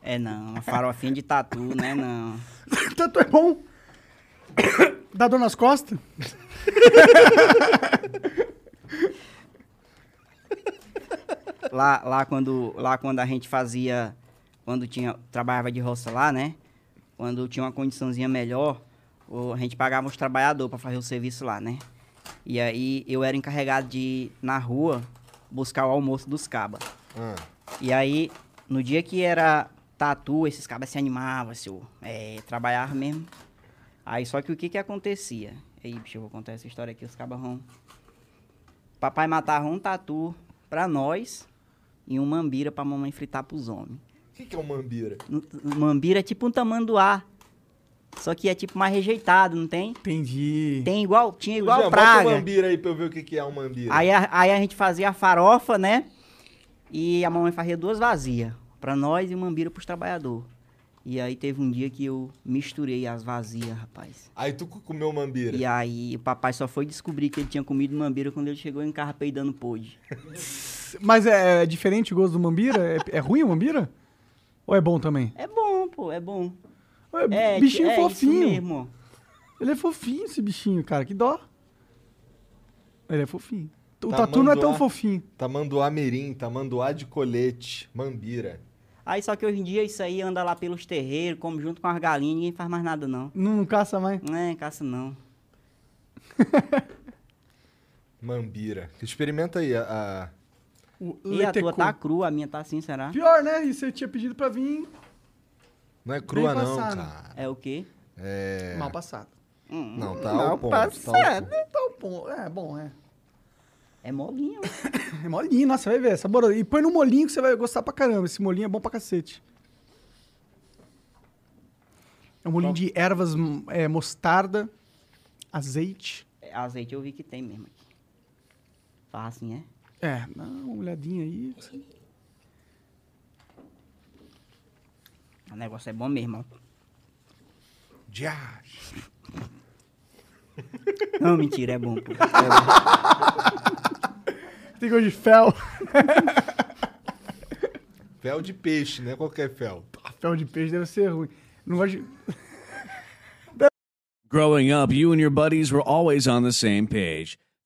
É não, uma farofinha de tatu, né? Não. tatu é bom. Dá dor nas costas? Lá, lá, quando, lá quando a gente fazia, quando tinha, trabalhava de roça lá, né? Quando tinha uma condiçãozinha melhor, o- a gente pagava os trabalhadores para fazer o serviço lá, né? E aí eu era encarregado de ir na rua buscar o almoço dos cabas. Ah, E aí, no dia que era tatu, esses cabas se animavam, senhor. É, trabalhava mesmo. Aí, só que o que que acontecia? Aí, bicho, eu vou contar essa história aqui, os cabas vão... Papai matava um tatu pra nós e um mambira pra mamãe fritar pros homens. O que, que é um mambira? Um- um Mambira é tipo um tamanduá, só que é tipo mais rejeitado, não tem? Entendi. Tem igual, tinha Ô, igual Jean, praga. Bota um mambira aí pra eu ver o que, que é um mambira. Aí a, aí a gente fazia a farofa, né? E a mamãe fazia duas vazias. Pra nós e o mambira pros trabalhadores. E aí teve um dia que eu misturei as vazias, rapaz. Aí tu co- comeu mambira. E aí o papai só foi descobrir que ele tinha comido mambira quando ele chegou em casa peidando pôde. Mas é, é diferente o gosto do mambira? É, é ruim o mambira? Ou é bom também? É bom, pô, é bom. É, É, bichinho é fofinho. Isso mesmo. Ele é fofinho, esse bichinho, cara. Que dó. Ele é fofinho. O Tá, tatu não é mandou tão a- fofinho. Tamanduá mirim, tamanduá tá de colete, mambira. Aí só que hoje em dia isso aí anda lá pelos terreiros, come junto com as galinhas, ninguém faz mais nada não. Não, não caça mais. Não é caça não. Mambira. Experimenta aí a... a- O E a tua letecu. tá crua, a minha tá assim, será? Pior, né? E você tinha pedido pra vir Não é crua não, passado. cara. É o quê? É... mal passado. Não, tá ao ponto. Tá ao passado. ponto. Então, bom, é bom, é. É molinha, ó. É molinho, nossa, vai ver. Saboroso. E põe no molinho que você vai gostar pra caramba. Esse molinho é bom pra cacete. É um molinho de ervas, hum, é, mostarda, azeite. É, Azeite eu vi que tem mesmo aqui. Faz assim, é? É, dá uma olhadinha aí. O negócio é bom mesmo, ó. Já. Não, mentira, é bom, pô. Tem gosto de fel. Fel de peixe, né? Qualquer fel. Fel de peixe deve ser ruim. Não gosto de... Growing up, you and your buddies were always on the same page.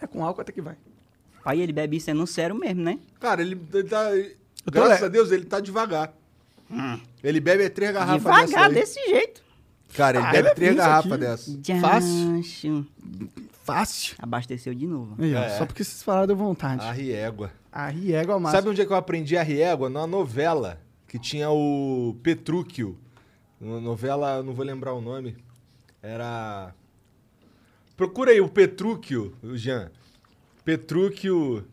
É com álcool até que vai. Pai, ele bebe isso é no sério mesmo, né? Cara, ele, ele tá... tô Graças le- a Deus, ele tá devagar. Hum. Ele bebe três garrafas dessa Devagar, aí. desse jeito. Cara, ele Ah, bebe ele três pensa garrafas aqui. dessa. Fácil. Jancho. Fácil. Abasteceu de novo. Aí, ó, É. Só porque vocês falaram deu vontade. A riégua. A riega é o máximo. Sabe onde é que eu aprendi a riégua? Numa novela que tinha o Petrúquio. Uma novela, eu não vou lembrar o nome. Era. Procura aí o Petrúquio, o Jean. Petrúquio.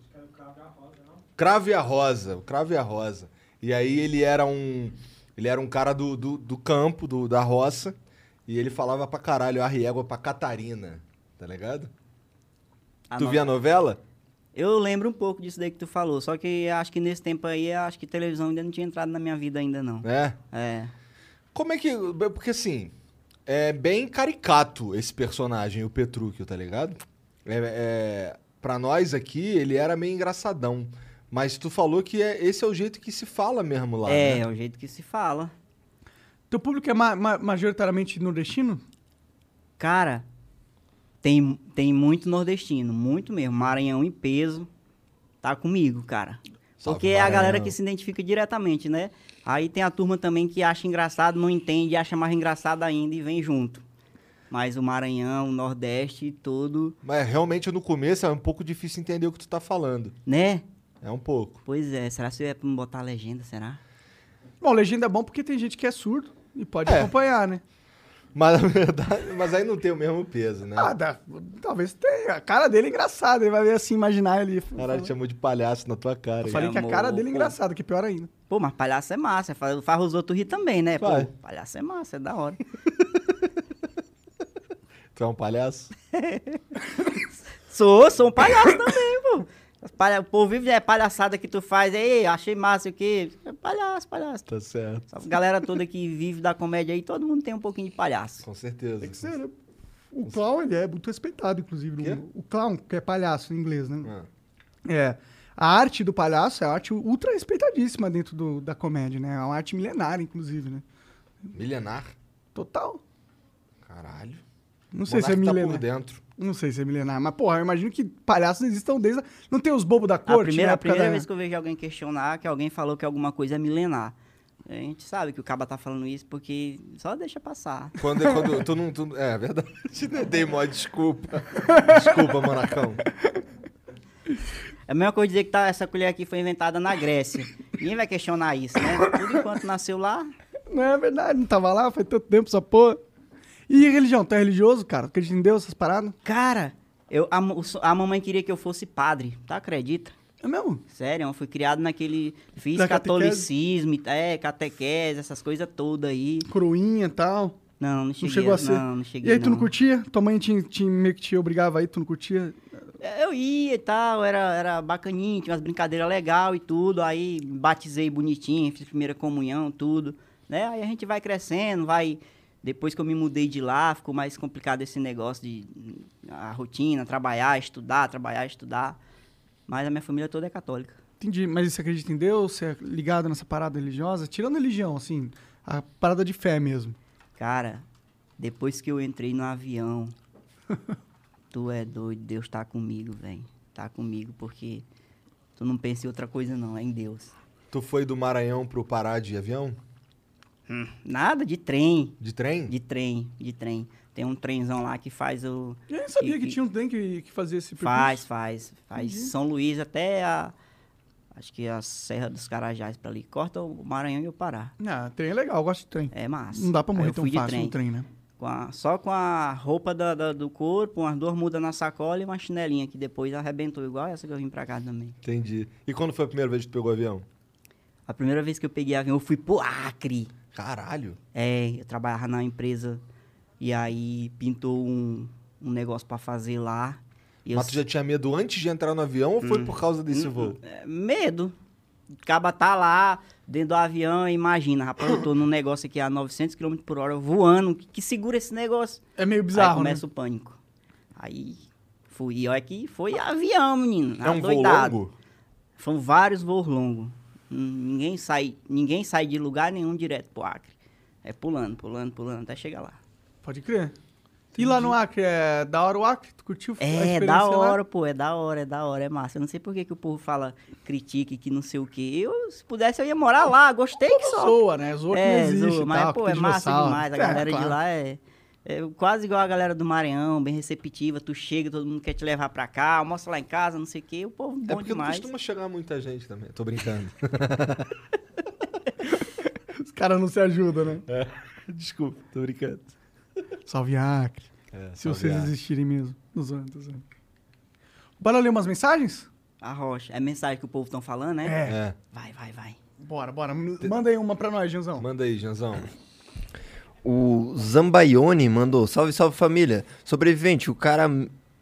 Crave a Rosa, o Crave a Rosa. E aí ele era um. Ele era um cara do, do, do campo, do, da roça. E ele falava pra caralho, a riégua pra Catarina. Tá ligado? A tu no- via a novela? Eu lembro um pouco disso daí que tu falou, só que acho que nesse tempo aí, acho que televisão ainda não tinha entrado na minha vida ainda, não. É. É. Como é que. Porque assim. É bem caricato esse personagem, o Petrúquio, tá ligado? É, é, pra nós aqui, ele era meio engraçadão. Mas tu falou que é- esse é o jeito que se fala mesmo lá. é, né? é o jeito que se fala. Teu público é ma- ma- majoritariamente nordestino? Cara, Tem, tem muito nordestino, muito mesmo. Maranhão em peso tá comigo, cara. Salve, Porque é a galera Maranhão. que se identifica diretamente, né? Aí tem a turma também que acha engraçado, não entende, acha mais engraçado ainda e vem junto. Mas o Maranhão, o Nordeste, todo, Mas realmente no começo é um pouco difícil entender o que tu tá falando. né? É um pouco. Pois é, será que é pra me botar a legenda, será? Bom, legenda é bom porque tem gente que é surdo e pode É. acompanhar, né? Mas na verdade, mas aí não tem o mesmo peso, né? Ah, dá- talvez tenha. A cara dele é engraçada. Ele vai ver assim, imaginar ele. Caralho, te chamou de palhaço na tua cara. Eu hein? falei que a cara dele é Amor. engraçada, que é pior ainda. Pô, mas palhaço é massa, faz, faz os outros rir também, né? Pô, Vai. palhaço é massa, é da hora. Tu é um palhaço? Sou, sou um palhaço também, pô. As Palha, o povo vive, é palhaçada que tu faz, aí, achei massa o quê? É palhaço, palhaço. Tá certo. Essa galera toda que vive da comédia aí, todo mundo tem um pouquinho de palhaço. Com certeza. Tem que ser, né? O clown, ele é muito respeitado, inclusive. no- Quê? O clown, que é palhaço em inglês, né? Ah. É. A arte do palhaço é a arte ultra respeitadíssima dentro do- da comédia, né? É uma arte milenária, inclusive, né? Milenar? Total. Caralho. Não sei se é Monarca tá por milenar. dentro. não sei se é milenar, mas, porra, eu imagino que palhaços existam desde. a- Não tem os bobos da A corte, primeira, na a época primeira da- vez que eu vejo alguém questionar que alguém falou que alguma coisa é milenar. A gente sabe que o Caba tá falando isso porque só deixa passar. Quando, quando tu não. Tu, é verdade. né? Dei mó desculpa. Desculpa, Monarcão. É a mesma coisa dizer que tá, essa colher aqui foi inventada na Grécia. Ninguém vai questionar isso, né? Tudo enquanto nasceu lá, Não é verdade, não tava lá, faz tanto tempo essa porra. E religião? Tu é religioso, cara? Acredita em Deus, essas paradas? Cara, eu, a, mo- a mamãe queria que eu fosse padre, tá? Acredita? É mesmo? Sério, eu fui criado naquele. Fiz Na catequese? catolicismo, e- é, catequese, essas coisas todas aí. Coroinha e tal. Não, não Não cheguei. chegou a ser. Não, não cheguei. e aí tu não curtia? Tua mãe te, te- meio que te obrigava aí, tu não curtia? É, Eu ia e tal, era, era bacaninho, tinha umas brincadeiras legais e tudo. Aí batizei bonitinho, fiz primeira comunhão, tudo. Né? Aí a gente vai crescendo, vai. Depois que eu me mudei de lá, ficou mais complicado esse negócio de hum, a rotina, trabalhar, estudar, trabalhar, estudar. Mas a minha família toda é católica. Entendi, mas você acredita em Deus? Você é ligado nessa parada religiosa? Tirando a religião, assim, a parada de fé mesmo. Cara, depois que eu entrei no avião, tu é doido, Deus tá comigo, velho. Tá comigo, porque tu não pensa em outra coisa, não, é em Deus. Tu foi do Maranhão pro Pará de avião? Nada de trem, De trem? de trem, de trem. Tem um trenzão lá que faz o. Eu nem sabia E- que e- tinha um trem que, que fazia esse percurso. Faz, faz. Faz São Luís até a. Acho que é a Serra dos Carajás pra ali. Corta o Maranhão e o Pará. Ah, trem é legal, eu gosto de trem. É massa. Não dá pra Aí morrer eu tão fui de fácil no trem, né? Com a- só com a roupa da- da- do corpo, umas duas mudas na sacola e uma chinelinha que depois arrebentou, igual essa que eu vim pra cá também. Entendi. E quando foi a primeira vez que tu pegou o avião? A primeira vez que eu peguei avião, eu fui pro Acre. Caralho. É, eu trabalhava na empresa e aí pintou um, um negócio pra fazer lá. E eu Hum. Mas tu já tinha medo antes de entrar no avião ou foi por causa desse voo? É, medo. Acaba tá lá dentro do avião, imagina, rapaz, eu tô num negócio aqui a 900 km por hora voando, que, que segura esse negócio? É meio bizarro, Aí começa né? o pânico. Aí fui, e olha que foi avião, menino. É um voo adoidado. longo? Foram vários voos longos. Hum, Ninguém sai, ninguém sai de lugar nenhum direto pro Acre. É pulando, pulando, pulando, até chegar lá. Pode crer. E lá no Acre, é da hora o Acre? Tu curtiu a É, experiência da lá? hora, pô, é da hora, é da hora, é massa. Eu não sei por que, que o povo fala, critique, que não sei o quê. Eu, se pudesse, eu ia morar lá, gostei que só. Zoa, né? Zoa que não É, existe tá? zoa, e mas, tal, que pô, é tem massa dinossauro. demais. A É, galera de claro. lá é, é quase igual a galera do Maranhão, bem receptiva. Tu chega, todo mundo quer te levar pra cá, almoça lá em casa, não sei o quê. O povo É bom porque não demais. costuma chegar muita gente também. Tô brincando. Os caras não se ajudam, né? É. Desculpa, tô brincando. Salve Acre. É, Se salve vocês a- existirem mesmo. Nos zoando, tô zoando. Bora ler umas mensagens? A rocha. É a mensagem que o povo tão falando, né? É. Vai, vai, vai. Bora, bora. M- Manda aí uma pra nós, Janzão. Manda aí, Janzão. O Zambaione mandou, salve, salve família. Sobrevivente, o cara,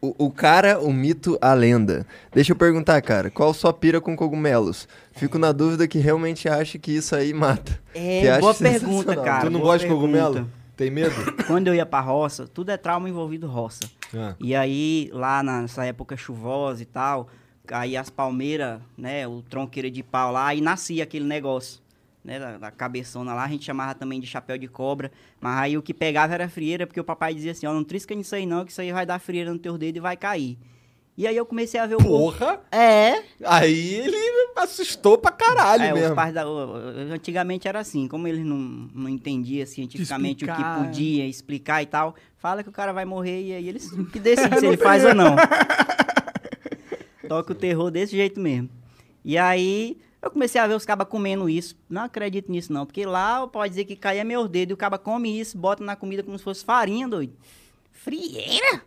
o, o cara, o mito, a lenda. Deixa eu perguntar, cara, qual sua pira com cogumelos? Fico na dúvida que realmente acha que isso aí mata. É, Que acho boa pergunta, sensacional. cara. tu não boa gosta de cogumelo? pergunta. Tem medo? Quando eu ia pra roça, tudo é trauma envolvido roça. Ah. E aí, lá nessa época chuvosa e tal, aí as palmeiras, né, o tronqueira de pau lá, e nascia aquele negócio, né, da, da cabeçona lá, a gente chamava também de chapéu de cobra, mas aí o que pegava era frieira, porque o papai dizia assim, ó, não trisca nisso aí não, que isso aí vai dar frieira no teu dedo e vai cair. E aí eu comecei a ver o povo... Porra! É, Aí ele assustou pra caralho é, os mesmo. pais da, o- o- antigamente era assim, como eles não, não entendiam cientificamente o explicar, que podia explicar e tal, fala que o cara vai morrer e aí eles que decidem se ele tem faz ou não. Toca o terror desse jeito mesmo. E aí eu comecei a ver os cabas comendo isso. Não acredito nisso não, porque lá pode dizer que caia meus dedos e o caba come isso, bota na comida como se fosse farinha, doido. Frieira?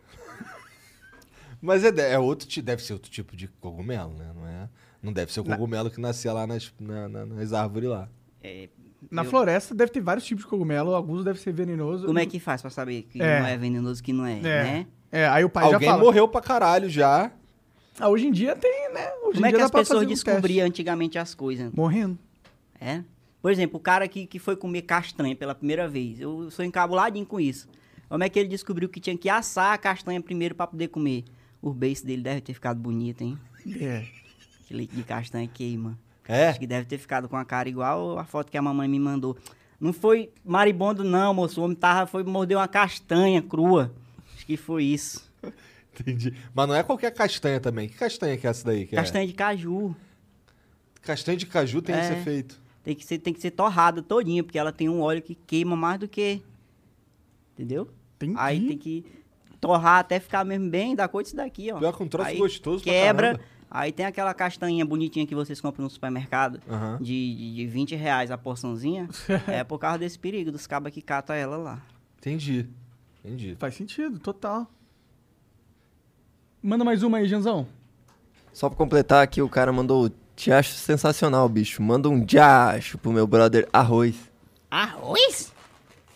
Mas é, de- é outro, ti- deve ser outro tipo de cogumelo, né? Não, é, não deve ser o cogumelo que nascia lá nas, na- na- nas árvores lá. Na Eu- floresta deve ter vários tipos de cogumelo, alguns devem ser venenosos. Como é que faz pra saber que É. não é venenoso, que não é, né? É, aí o pai Alguém já fala. morreu pra caralho já. Ah, hoje em dia tem, né? Hoje Como em é dia que dá as pra pessoas fazer um teste. descobriam antigamente as coisas? Morrendo. É. Por exemplo, o cara que, que foi comer castanha pela primeira vez. Eu sou encabuladinho com isso. Como é que ele descobriu que tinha que assar a castanha primeiro pra poder comer? O beijo dele deve ter ficado bonito, hein? É. Que leite de castanha queima. É? Acho que deve ter ficado com a cara igual a foto que a mamãe me mandou. Não foi maribondo, não, moço. O homem tava, foi, mordeu uma castanha crua. Acho que foi isso. Entendi. Mas não é qualquer castanha também. Que castanha que é essa daí? Que é? Castanha de caju. Castanha de caju tem É. esse efeito. Tem que, ser, tem que ser torrada todinha, porque ela tem um óleo que queima mais do que. Entendeu? Entendi. Aí tem que torrar até ficar mesmo bem da cor disso daqui, ó. Pior que um troço Aí gostoso pra Quebra. caramba. Aí tem aquela castanha bonitinha que vocês compram no supermercado Aham. de, de, de 20 reais a porçãozinha. é por causa desse perigo, dos cabas que catam ela lá. Entendi. Entendi. Faz sentido, total. Manda mais uma aí, Janzão. Só pra completar aqui, o cara mandou. Te acho sensacional, bicho. Manda um diacho pro meu brother Arroz. Arroz?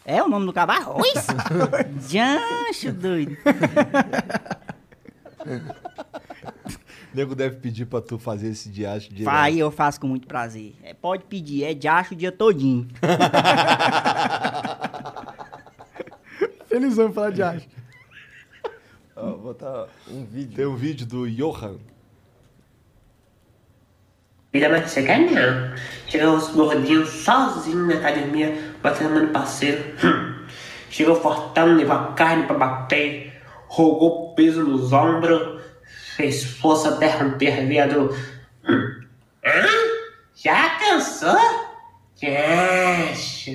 É o nome do cabo? Arroz? Jancho, doido. O nego deve pedir pra tu fazer esse diacho direto. Aí eu faço com muito prazer. É, pode pedir, é de acho o dia todinho. Felizão falar É. de arte. Ó, vou botar um vídeo. Tem um vídeo do Johan. Vida, mas você quer não. Chegou os gordinhos sozinhos na academia, batendo no parceiro. Hum. Chegou fortão, levou a carne pra bater, rogou peso nos ombros, fez força até romper, viado. Hum. Hã? Já cansou? Acho.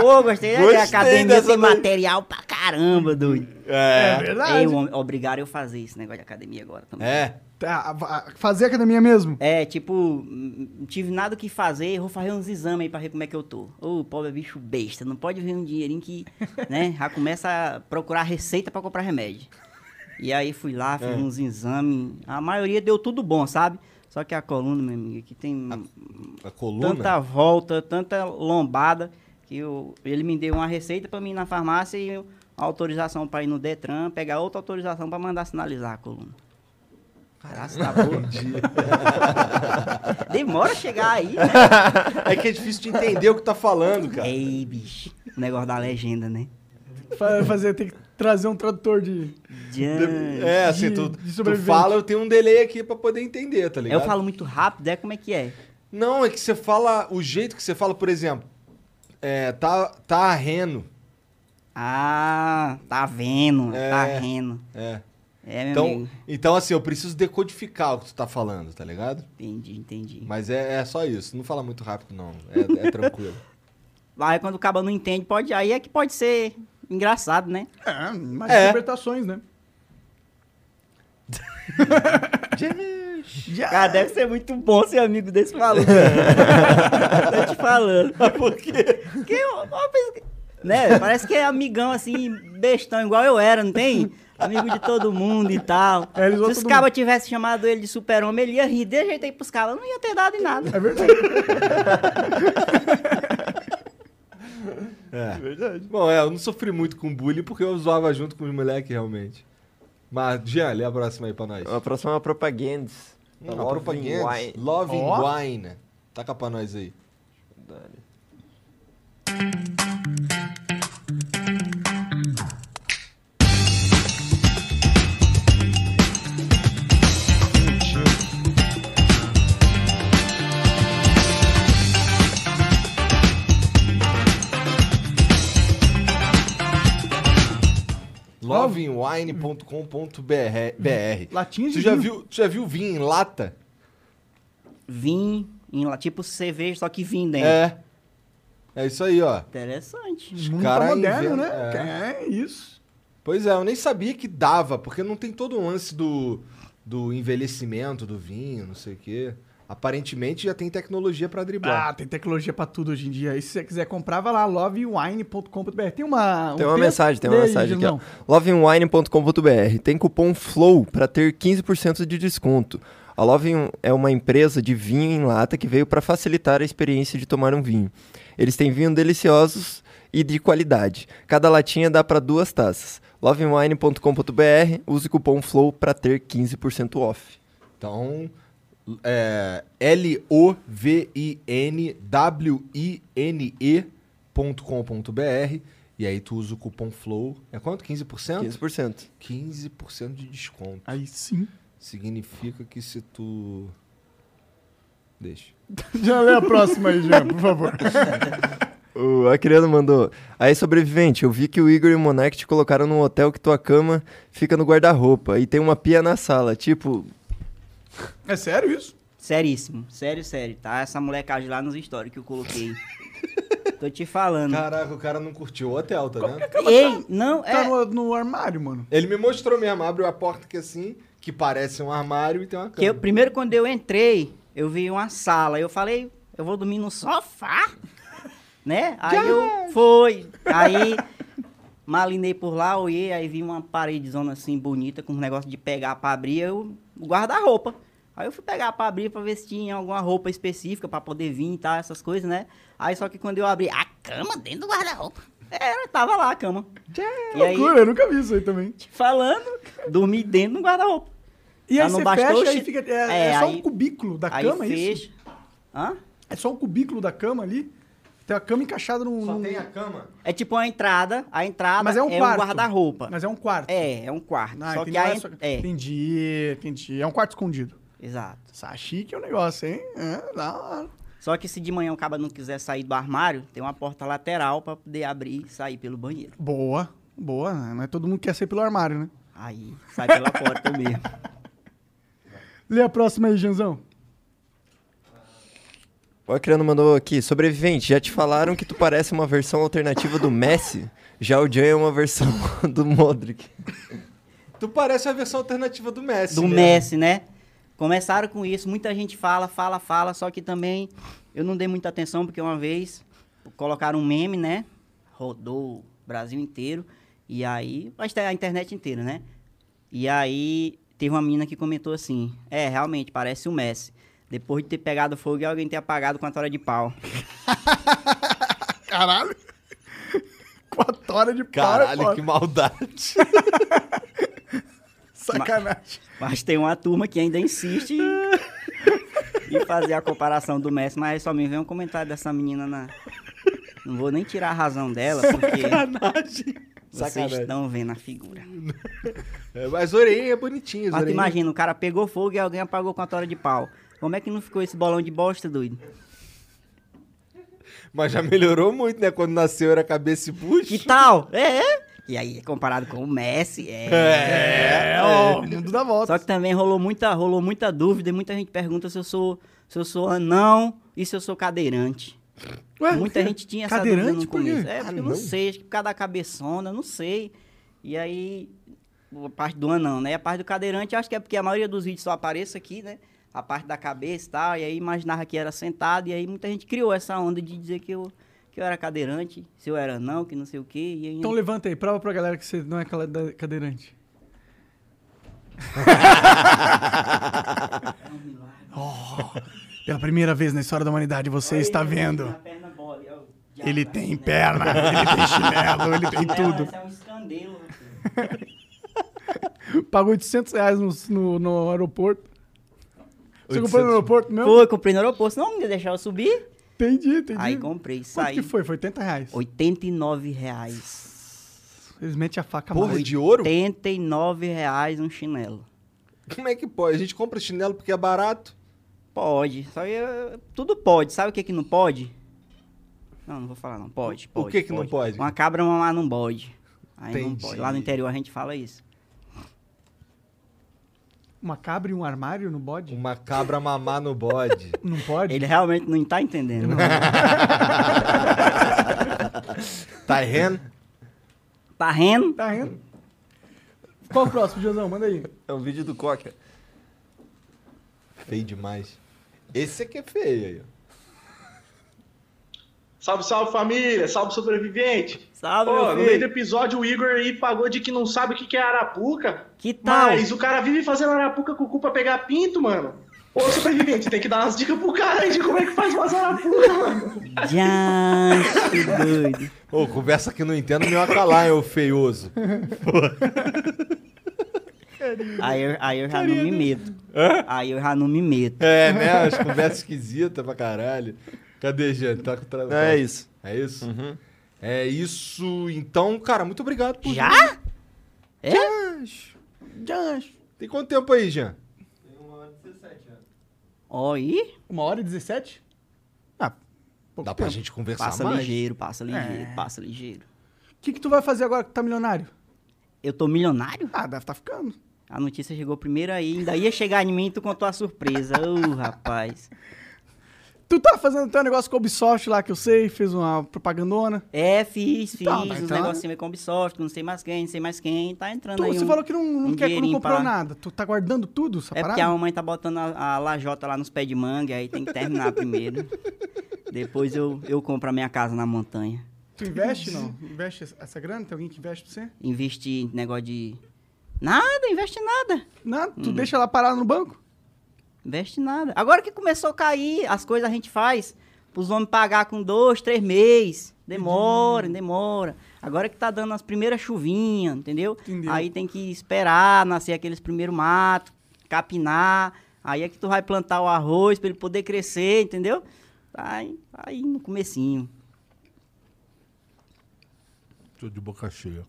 Pô, gostei, né? Gostei A academia dessa tem daí. material pra caramba, doido. É. verdade. Eu, obrigaram eu a fazer esse negócio de academia agora também. É, É. Tá, a- a- fazer academia mesmo? tipo, hum, não tive nada o que fazer, vou fazer uns exames aí pra ver como é que eu tô. Ô, pobre bicho besta, não pode ver um dinheirinho que, né, já começa a procurar receita pra comprar remédio. E aí fui lá, fiz uns exames, a maioria deu tudo bom, sabe? Só que a coluna, meu amigo, aqui tem um A coluna. tanta volta, tanta lombada, que eu- ele me deu uma receita pra mim ir na farmácia e eu- autorização pra ir no Detran, pegar outra autorização pra mandar sinalizar a coluna. Caraca, tá boa. Demora chegar aí, né? É que é difícil de entender o que tá falando, cara. Ei, bicho. O negócio da legenda, né? Fa- Fazer, tem que trazer um tradutor de. Jan. É, assim, Hum, de- tu, de tu sobrevivente. fala, eu tenho um delay aqui pra poder entender, tá ligado? Eu falo muito rápido, é como é que é? Não, é que você fala, o jeito que você fala, por exemplo, é, tá, tá arreno. Ah, tá vendo, tá É. rindo. É. É, meu Então, amigo. então, assim, eu preciso decodificar o que tu tá falando, tá ligado? Entendi, entendi. Mas é, é só isso. Não fala muito rápido, não. É, é tranquilo. Aí quando o caba não entende, pode, aí é que pode ser engraçado, né? É, mais É. interpretações, né? Cara, Ah, deve ser muito bom ser amigo desse maluco. É. Tô te falando. Por quê? Porque eu, eu penso que- né? Parece que é amigão assim, bestão, igual eu era, não tem? Amigo de todo mundo e tal. É, ele Se zoa os todo cabas tivessem chamado ele de super-homem, ele ia rir de jeito aí pros cabas, não ia ter dado em nada. É verdade. É. Verdade. Bom, é, eu não sofri muito com bullying porque eu zoava junto com os moleques, realmente. Mas, Jean, lê a próxima aí pra nós. A próxima é uma propaganda. É Hum, a propaganda. Loving Ó. Wine. Taca pra nós aí. salvewine.com.br. Latinha de tu já vinho. viu, tu já viu vinho em lata? Vim, em, la- tipo cerveja, só que vim dentro. É. É isso aí, ó. Interessante. Os Muito cara moderno, inventam- né? É, isso. Pois é, eu nem sabia que dava, porque não tem todo o lance do, do envelhecimento do vinho, não sei o quê. Aparentemente já tem tecnologia pra driblar. Ah, tem tecnologia pra tudo hoje em dia. E se você quiser comprar, vai lá, lovewine.com.br. Tem uma. um Tem uma texto? mensagem, tem uma Lê aí, mensagem aqui, ó. Gilmão. lovingwine.com.br. Tem cupom FLOW para ter 15% de desconto. A Loving é uma empresa de vinho em lata que veio para facilitar a experiência de tomar um vinho. Eles têm vinho deliciosos e de qualidade. Cada latinha dá para duas taças. lovingwine.com.br, use cupom FLOW para ter 15% off. Então, é, L-O-V-I-N-W-I-N-E.com.br e aí tu usa o cupom FLOW. É quanto? 15%? 15%. 15% de desconto. Aí sim. Significa que se tu... Deixa. Já lê a próxima aí, Jean, por favor. O Acriano mandou. Aí, sobrevivente, eu vi que o Igor e o Monark te colocaram num hotel que tua cama fica no guarda-roupa e tem uma pia na sala. Tipo, É sério isso? Seríssimo. Sério, sério, tá? Essa molecagem lá nos stories que eu coloquei. Tô te falando. Caraca, o cara não curtiu o hotel, tá vendo? Ei, não, Tá é... no, no armário, mano. Ele me mostrou mesmo, abriu a porta que assim, que parece um armário e tem uma Que eu, cama. primeiro, quando eu entrei, eu vi uma sala. Eu falei, eu vou dormir no sofá? né? Aí eu fui. Aí malinei por lá, olhei, aí vi uma paredezona assim bonita, com um negócio de pegar pra abrir, eu o guarda-roupa. Aí eu fui pegar pra abrir pra ver se tinha alguma roupa específica pra poder vir e tal, essas coisas, né? Aí só que quando eu abri, a cama dentro do guarda-roupa. Era, tava lá a cama. E aí, Loucura, eu nunca vi isso aí também. te falando, dormi dentro do guarda-roupa. E Ah, aí não você bastou fecha chi- e fica. É, É, é só um aí- cubículo da Aí cama, é isso? fecha. Hã? É só um cubículo da cama ali. Tem a cama encaixada num. Só num- tem a cama. É tipo uma entrada, a entrada Mas é é um, um quarto. guarda-roupa. Mas é um quarto. É, é um quarto. Ah, só entendi, que não a é en- só- é, Entendi, entendi. É um quarto escondido. exato. Sabe, Chique é o negócio, hein? É, da hora. Só que se de manhã o cara não quiser sair do armário, tem uma porta lateral pra poder abrir e sair pelo banheiro. Boa, boa. né? Não é todo mundo que quer ser pelo armário, né? Aí sai pela porta mesmo. Lê a próxima aí, Janzão. O Acriano mandou aqui, sobrevivente, já te falaram que tu parece uma versão alternativa do Messi? Já o Jan é uma versão do Modric. Tu parece a versão alternativa do Messi. né? Do Messi, né? Começaram com isso, muita gente fala, fala, fala, só que também eu não dei muita atenção porque uma vez colocaram um meme, né? Rodou o Brasil inteiro e aí, mas tá a internet inteira, né? E aí teve uma menina que comentou assim: "É, realmente parece o Messi. Depois de ter pegado fogo e alguém ter apagado com a tora de pau." Caralho. Quatro horas de Caralho, pau, é que foda. maldade. sacanagem. Mas tem uma turma que ainda insiste em, em fazer a comparação do Messi, mas só me vem um comentário dessa menina na. Não vou nem tirar a razão dela, porque vocês Sacanagem. estão vendo a figura. É, mas orelha é bonitinha, as Mas tu orelhinhas- imagina, o cara pegou fogo e alguém apagou com a tora de pau. Como é que não ficou esse bolão de bosta, doido? Mas já melhorou muito, né? Quando nasceu era cabeça e Que bucho. tal? É, é. E aí, comparado com o Messi, é. É, ó, o mundo dá volta. Só que também rolou muita, rolou muita dúvida e muita gente pergunta se eu sou, se eu sou anão e se eu sou cadeirante. Muita gente tinha essa dúvida Cadeirante, no por quê? começo. É, porque eu não não? sei, acho que por causa da cabeçona, não sei. E aí, a parte do anão, né? A parte do cadeirante, acho que é porque a maioria dos vídeos só aparece aqui, né? A parte da cabeça e tal, e aí imaginava que era sentado, e aí muita gente criou essa onda de dizer que eu, que eu era cadeirante, se eu era não, que não sei o quê. E aí, Então levanta aí, prova pra galera que você não é cala- da- cadeirante. Oh, pela primeira vez na história da humanidade, você está A vendo. perna bola, e ó, o diabo, Ele né? tem perna, ele tem chinelo, ele tem Não, tudo. esse é um escandelo. rapaz. Pagou 800 reais no, no, no aeroporto. Você comprou no 800. aeroporto mesmo? Foi, comprei no aeroporto, senão não me deixar eu subir. Entendi, entendi. Aí comprei, Quanto saí. que foi? Foi 80 reais. 89 reais. Eles metem a faca Porra, mais. de ouro? 89 reais um chinelo. Como é que pode? A gente compra chinelo porque é barato. Pode. Só que, eh, tudo pode. Sabe o que que não pode? Não, não vou falar não. Pode, O pode, que que não pode? Uma cabra mamar não pode. Aí não Entendi. pode. Lá no interior a gente fala isso. Uma cabra e um armário no bode? Uma cabra mamar no bode. Não pode? Hum. Ele realmente não tá entendendo. Tá errando? Tá rindo? Tá rindo? Qual o próximo, Josão? Manda aí. É um vídeo do Coca. Feio demais. Esse aqui é feio aí. ó. Salve, salve família, salve sobrevivente. Salve, Pô, no meu meio do filho. episódio o Igor aí pagou de que não sabe o que que é arapuca. Que tal? um. Mas o cara vive fazendo arapuca com o cu pra pegar pinto, mano. Ô, sobrevivente, tem que dar umas dicas pro cara aí de como é que faz umas arapuca, mano. Já, que doido. Ô, conversa que não entendo, me acalar, eu feioso. Aí eu, aí eu já não me meto. Aí eu já não me meto. É, né? As conversas esquisitas pra caralho. Cadê, Jean? Tá com tra... É isso. É isso? É isso. Então, cara, muito obrigado por. Já? É? Tem quanto tempo aí, Jean? Oi? Uma hora e 17? Dá pra gente conversar Passa mais? É. ligeiro, passa ligeiro, passa ligeiro. O que, que tu vai fazer agora que tu tá milionário? Eu tô milionário? Ah, deve tá ficando. A notícia chegou primeiro aí, ainda ia chegar em mim e tu contou a surpresa. Ô, rapaz. Tu tá fazendo teu negócio com a Ubisoft lá, que eu sei, fez uma propagandona. É, fiz, fiz, Tá, os mas tá- negocinhos aí com a Ubisoft, não sei mais quem, não sei mais quem, tá entrando Tu, aí você um- falou que não, não um quer que não dinheirinho comprou pra- nada. Tu tá guardando tudo, essa É porque a parada? mamãe tá botando a, a lajota lá nos pés de manga, aí tem que terminar primeiro. Depois eu, eu compro a minha casa na montanha. Tu investe, não? Investe essa- essa grana? Tem alguém que investe pra você? Investir em negócio de... Nada, investe em nada. Nada, tu deixa ela parada no banco? Investe em nada. Agora que começou a cair, as coisas a gente faz pros homens pagar com dois, três meses. Demora, demora. Agora que tá dando as primeiras chuvinhas, entendeu? Entendeu. Aí tem que esperar nascer aqueles primeiros matos, capinar. Aí é que tu vai plantar o arroz pra ele poder crescer, entendeu? Tá aí, tá aí no comecinho. Tô de boca cheia.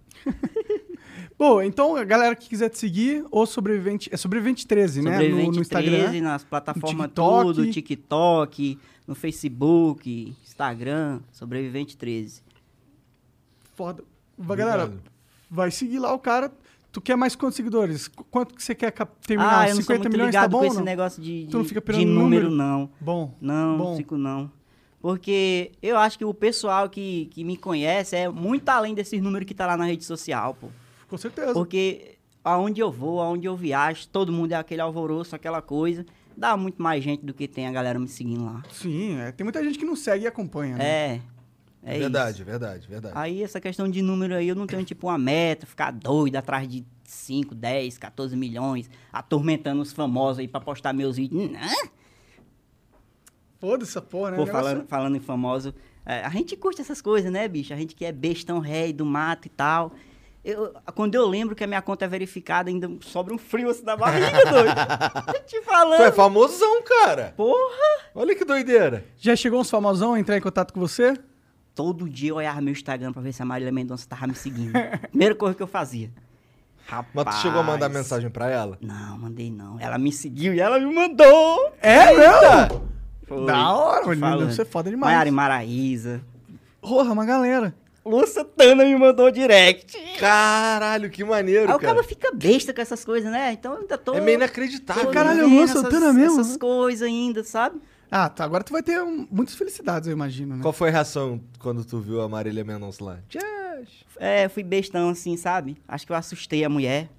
Bom, então a galera que quiser te seguir, ou Sobrevivente. É Sobrevivente 13, né? No, Sobrevivente no Instagram. 13, nas no plataformas TikTok. tudo, TikTok, no Facebook, Instagram, Sobrevivente 13. Foda. Vai, galera, vai seguir lá o cara. Tu quer mais quantos seguidores? Qu- Quanto que você quer cap- terminar? Ah, eu não 50 sou muito milhões, ligado tá bom? com ou esse não? negócio de, Tu não de- fica de pirando no número, número? não. Bom. Não, Bom. fico não. Porque eu acho que o pessoal que, que me conhece é muito além desses números que tá lá na rede social, pô. Com certeza. Porque aonde eu vou, aonde eu viajo, todo mundo é aquele alvoroço, aquela coisa. Dá muito mais gente do que tem a galera me seguindo lá. Sim, é, tem muita gente que não segue e acompanha, né? É. É Ah. verdade, verdade, verdade. isso. Aí essa questão de número aí, eu não tenho tipo uma meta, ficar doido atrás de 5, 10, 14 milhões, atormentando os famosos aí pra postar meus vídeos. Não, Foda essa porra, né? Pô, O negócio- falando, falando em famoso, é, a gente curte essas coisas, né, bicho? A gente que é bestão rei do mato e tal. Eu, quando eu lembro que a minha conta é verificada, ainda sobra um frio assim na barriga, doido. Tô te Tu é falando. famosão, cara. Porra! Olha que doideira. é- Já chegou uns famosão a entrar em contato com você? Todo dia eu olhava meu Instagram pra ver se a Marília Mendonça tava me seguindo. Primeira coisa que eu fazia. Rapaz. Mas tu chegou a mandar mensagem pra ela? Não, mandei não. Ela me seguiu e ela me mandou. É, não! Foi. Da hora, Tô olha, falando. você é foda demais. Maiara e Maraísa. Porra, uma galera. Lúcia Tana me mandou direct. Caralho, que maneiro, Aí o cara. cara fica besta com essas coisas, né? Então eu ainda tô. É meio tô inacreditável. Caralho, vivendo eu não sou Tana mesmo, Essas né? coisas ainda, sabe? Ah, tá, agora tu vai ter um- muitas felicidades, eu imagino, né? Qual foi a reação quando tu viu a Marília Mendonça lá? Tchau. É, eu fui bestão assim, sabe? Acho que eu assustei a mulher.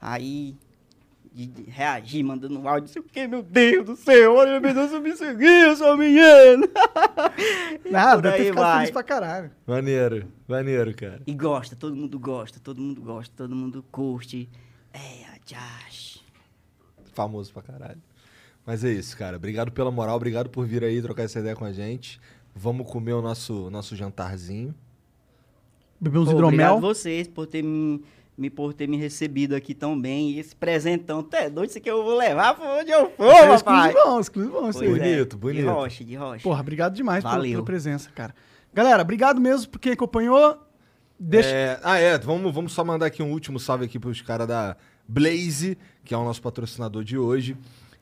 Aí. De, de reagir, mandando um áudio, não sei o que, meu Deus do céu, olha, meu Deus, eu me seguiu, sua menina. Nada, Por Ah, deve ter aí ficado vai. feliz pra caralho. Maneiro, maneiro, cara. E gosta, todo mundo gosta, todo mundo gosta, todo mundo curte. É, a Josh. Famoso pra caralho. Mas é isso, cara. Obrigado pela moral, obrigado por vir aí trocar essa ideia com a gente. Vamos comer o nosso, nosso jantarzinho. Beber uns Pô, Obrigado a hidromel. vocês por ter me, me- por ter me recebido aqui tão bem. E esse presentão, até doido, isso aqui eu vou levar pra onde eu for, É, papai. exclusivão, exclusivão. isso aí. Pois é, Bonito, bonito. De rocha, de rocha. Porra, obrigado demais pela, Valeu. pela presença, cara. Galera, obrigado mesmo por quem acompanhou. Deixa. É, ah, é. Vamos, vamos só mandar aqui um último salve aqui pros caras da Blaze, que é o nosso patrocinador de hoje,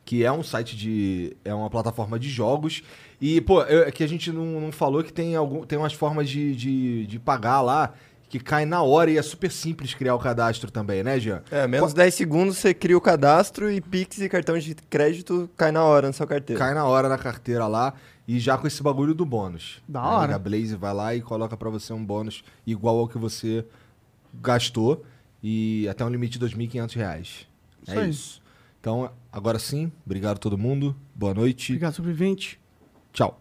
que é um site de. é uma plataforma de jogos. E, pô, eu- é que a gente não, não falou que tem, algum, tem umas formas de, de, de pagar lá. que cai na hora e é super simples criar o cadastro também, né, Jean? É, menos 10 segundos você cria o cadastro e Pix e cartão de crédito cai na hora na sua É. carteira. Cai na hora na carteira lá e já com esse bagulho do bônus. Da Aí hora. A Blaze vai lá e coloca pra você um bônus igual ao que você gastou e até um limite de R$ 2.500. reais. Isso É aí. isso. Então, agora sim, obrigado a todo mundo. Boa noite. Obrigado, sobrevivente. Tchau.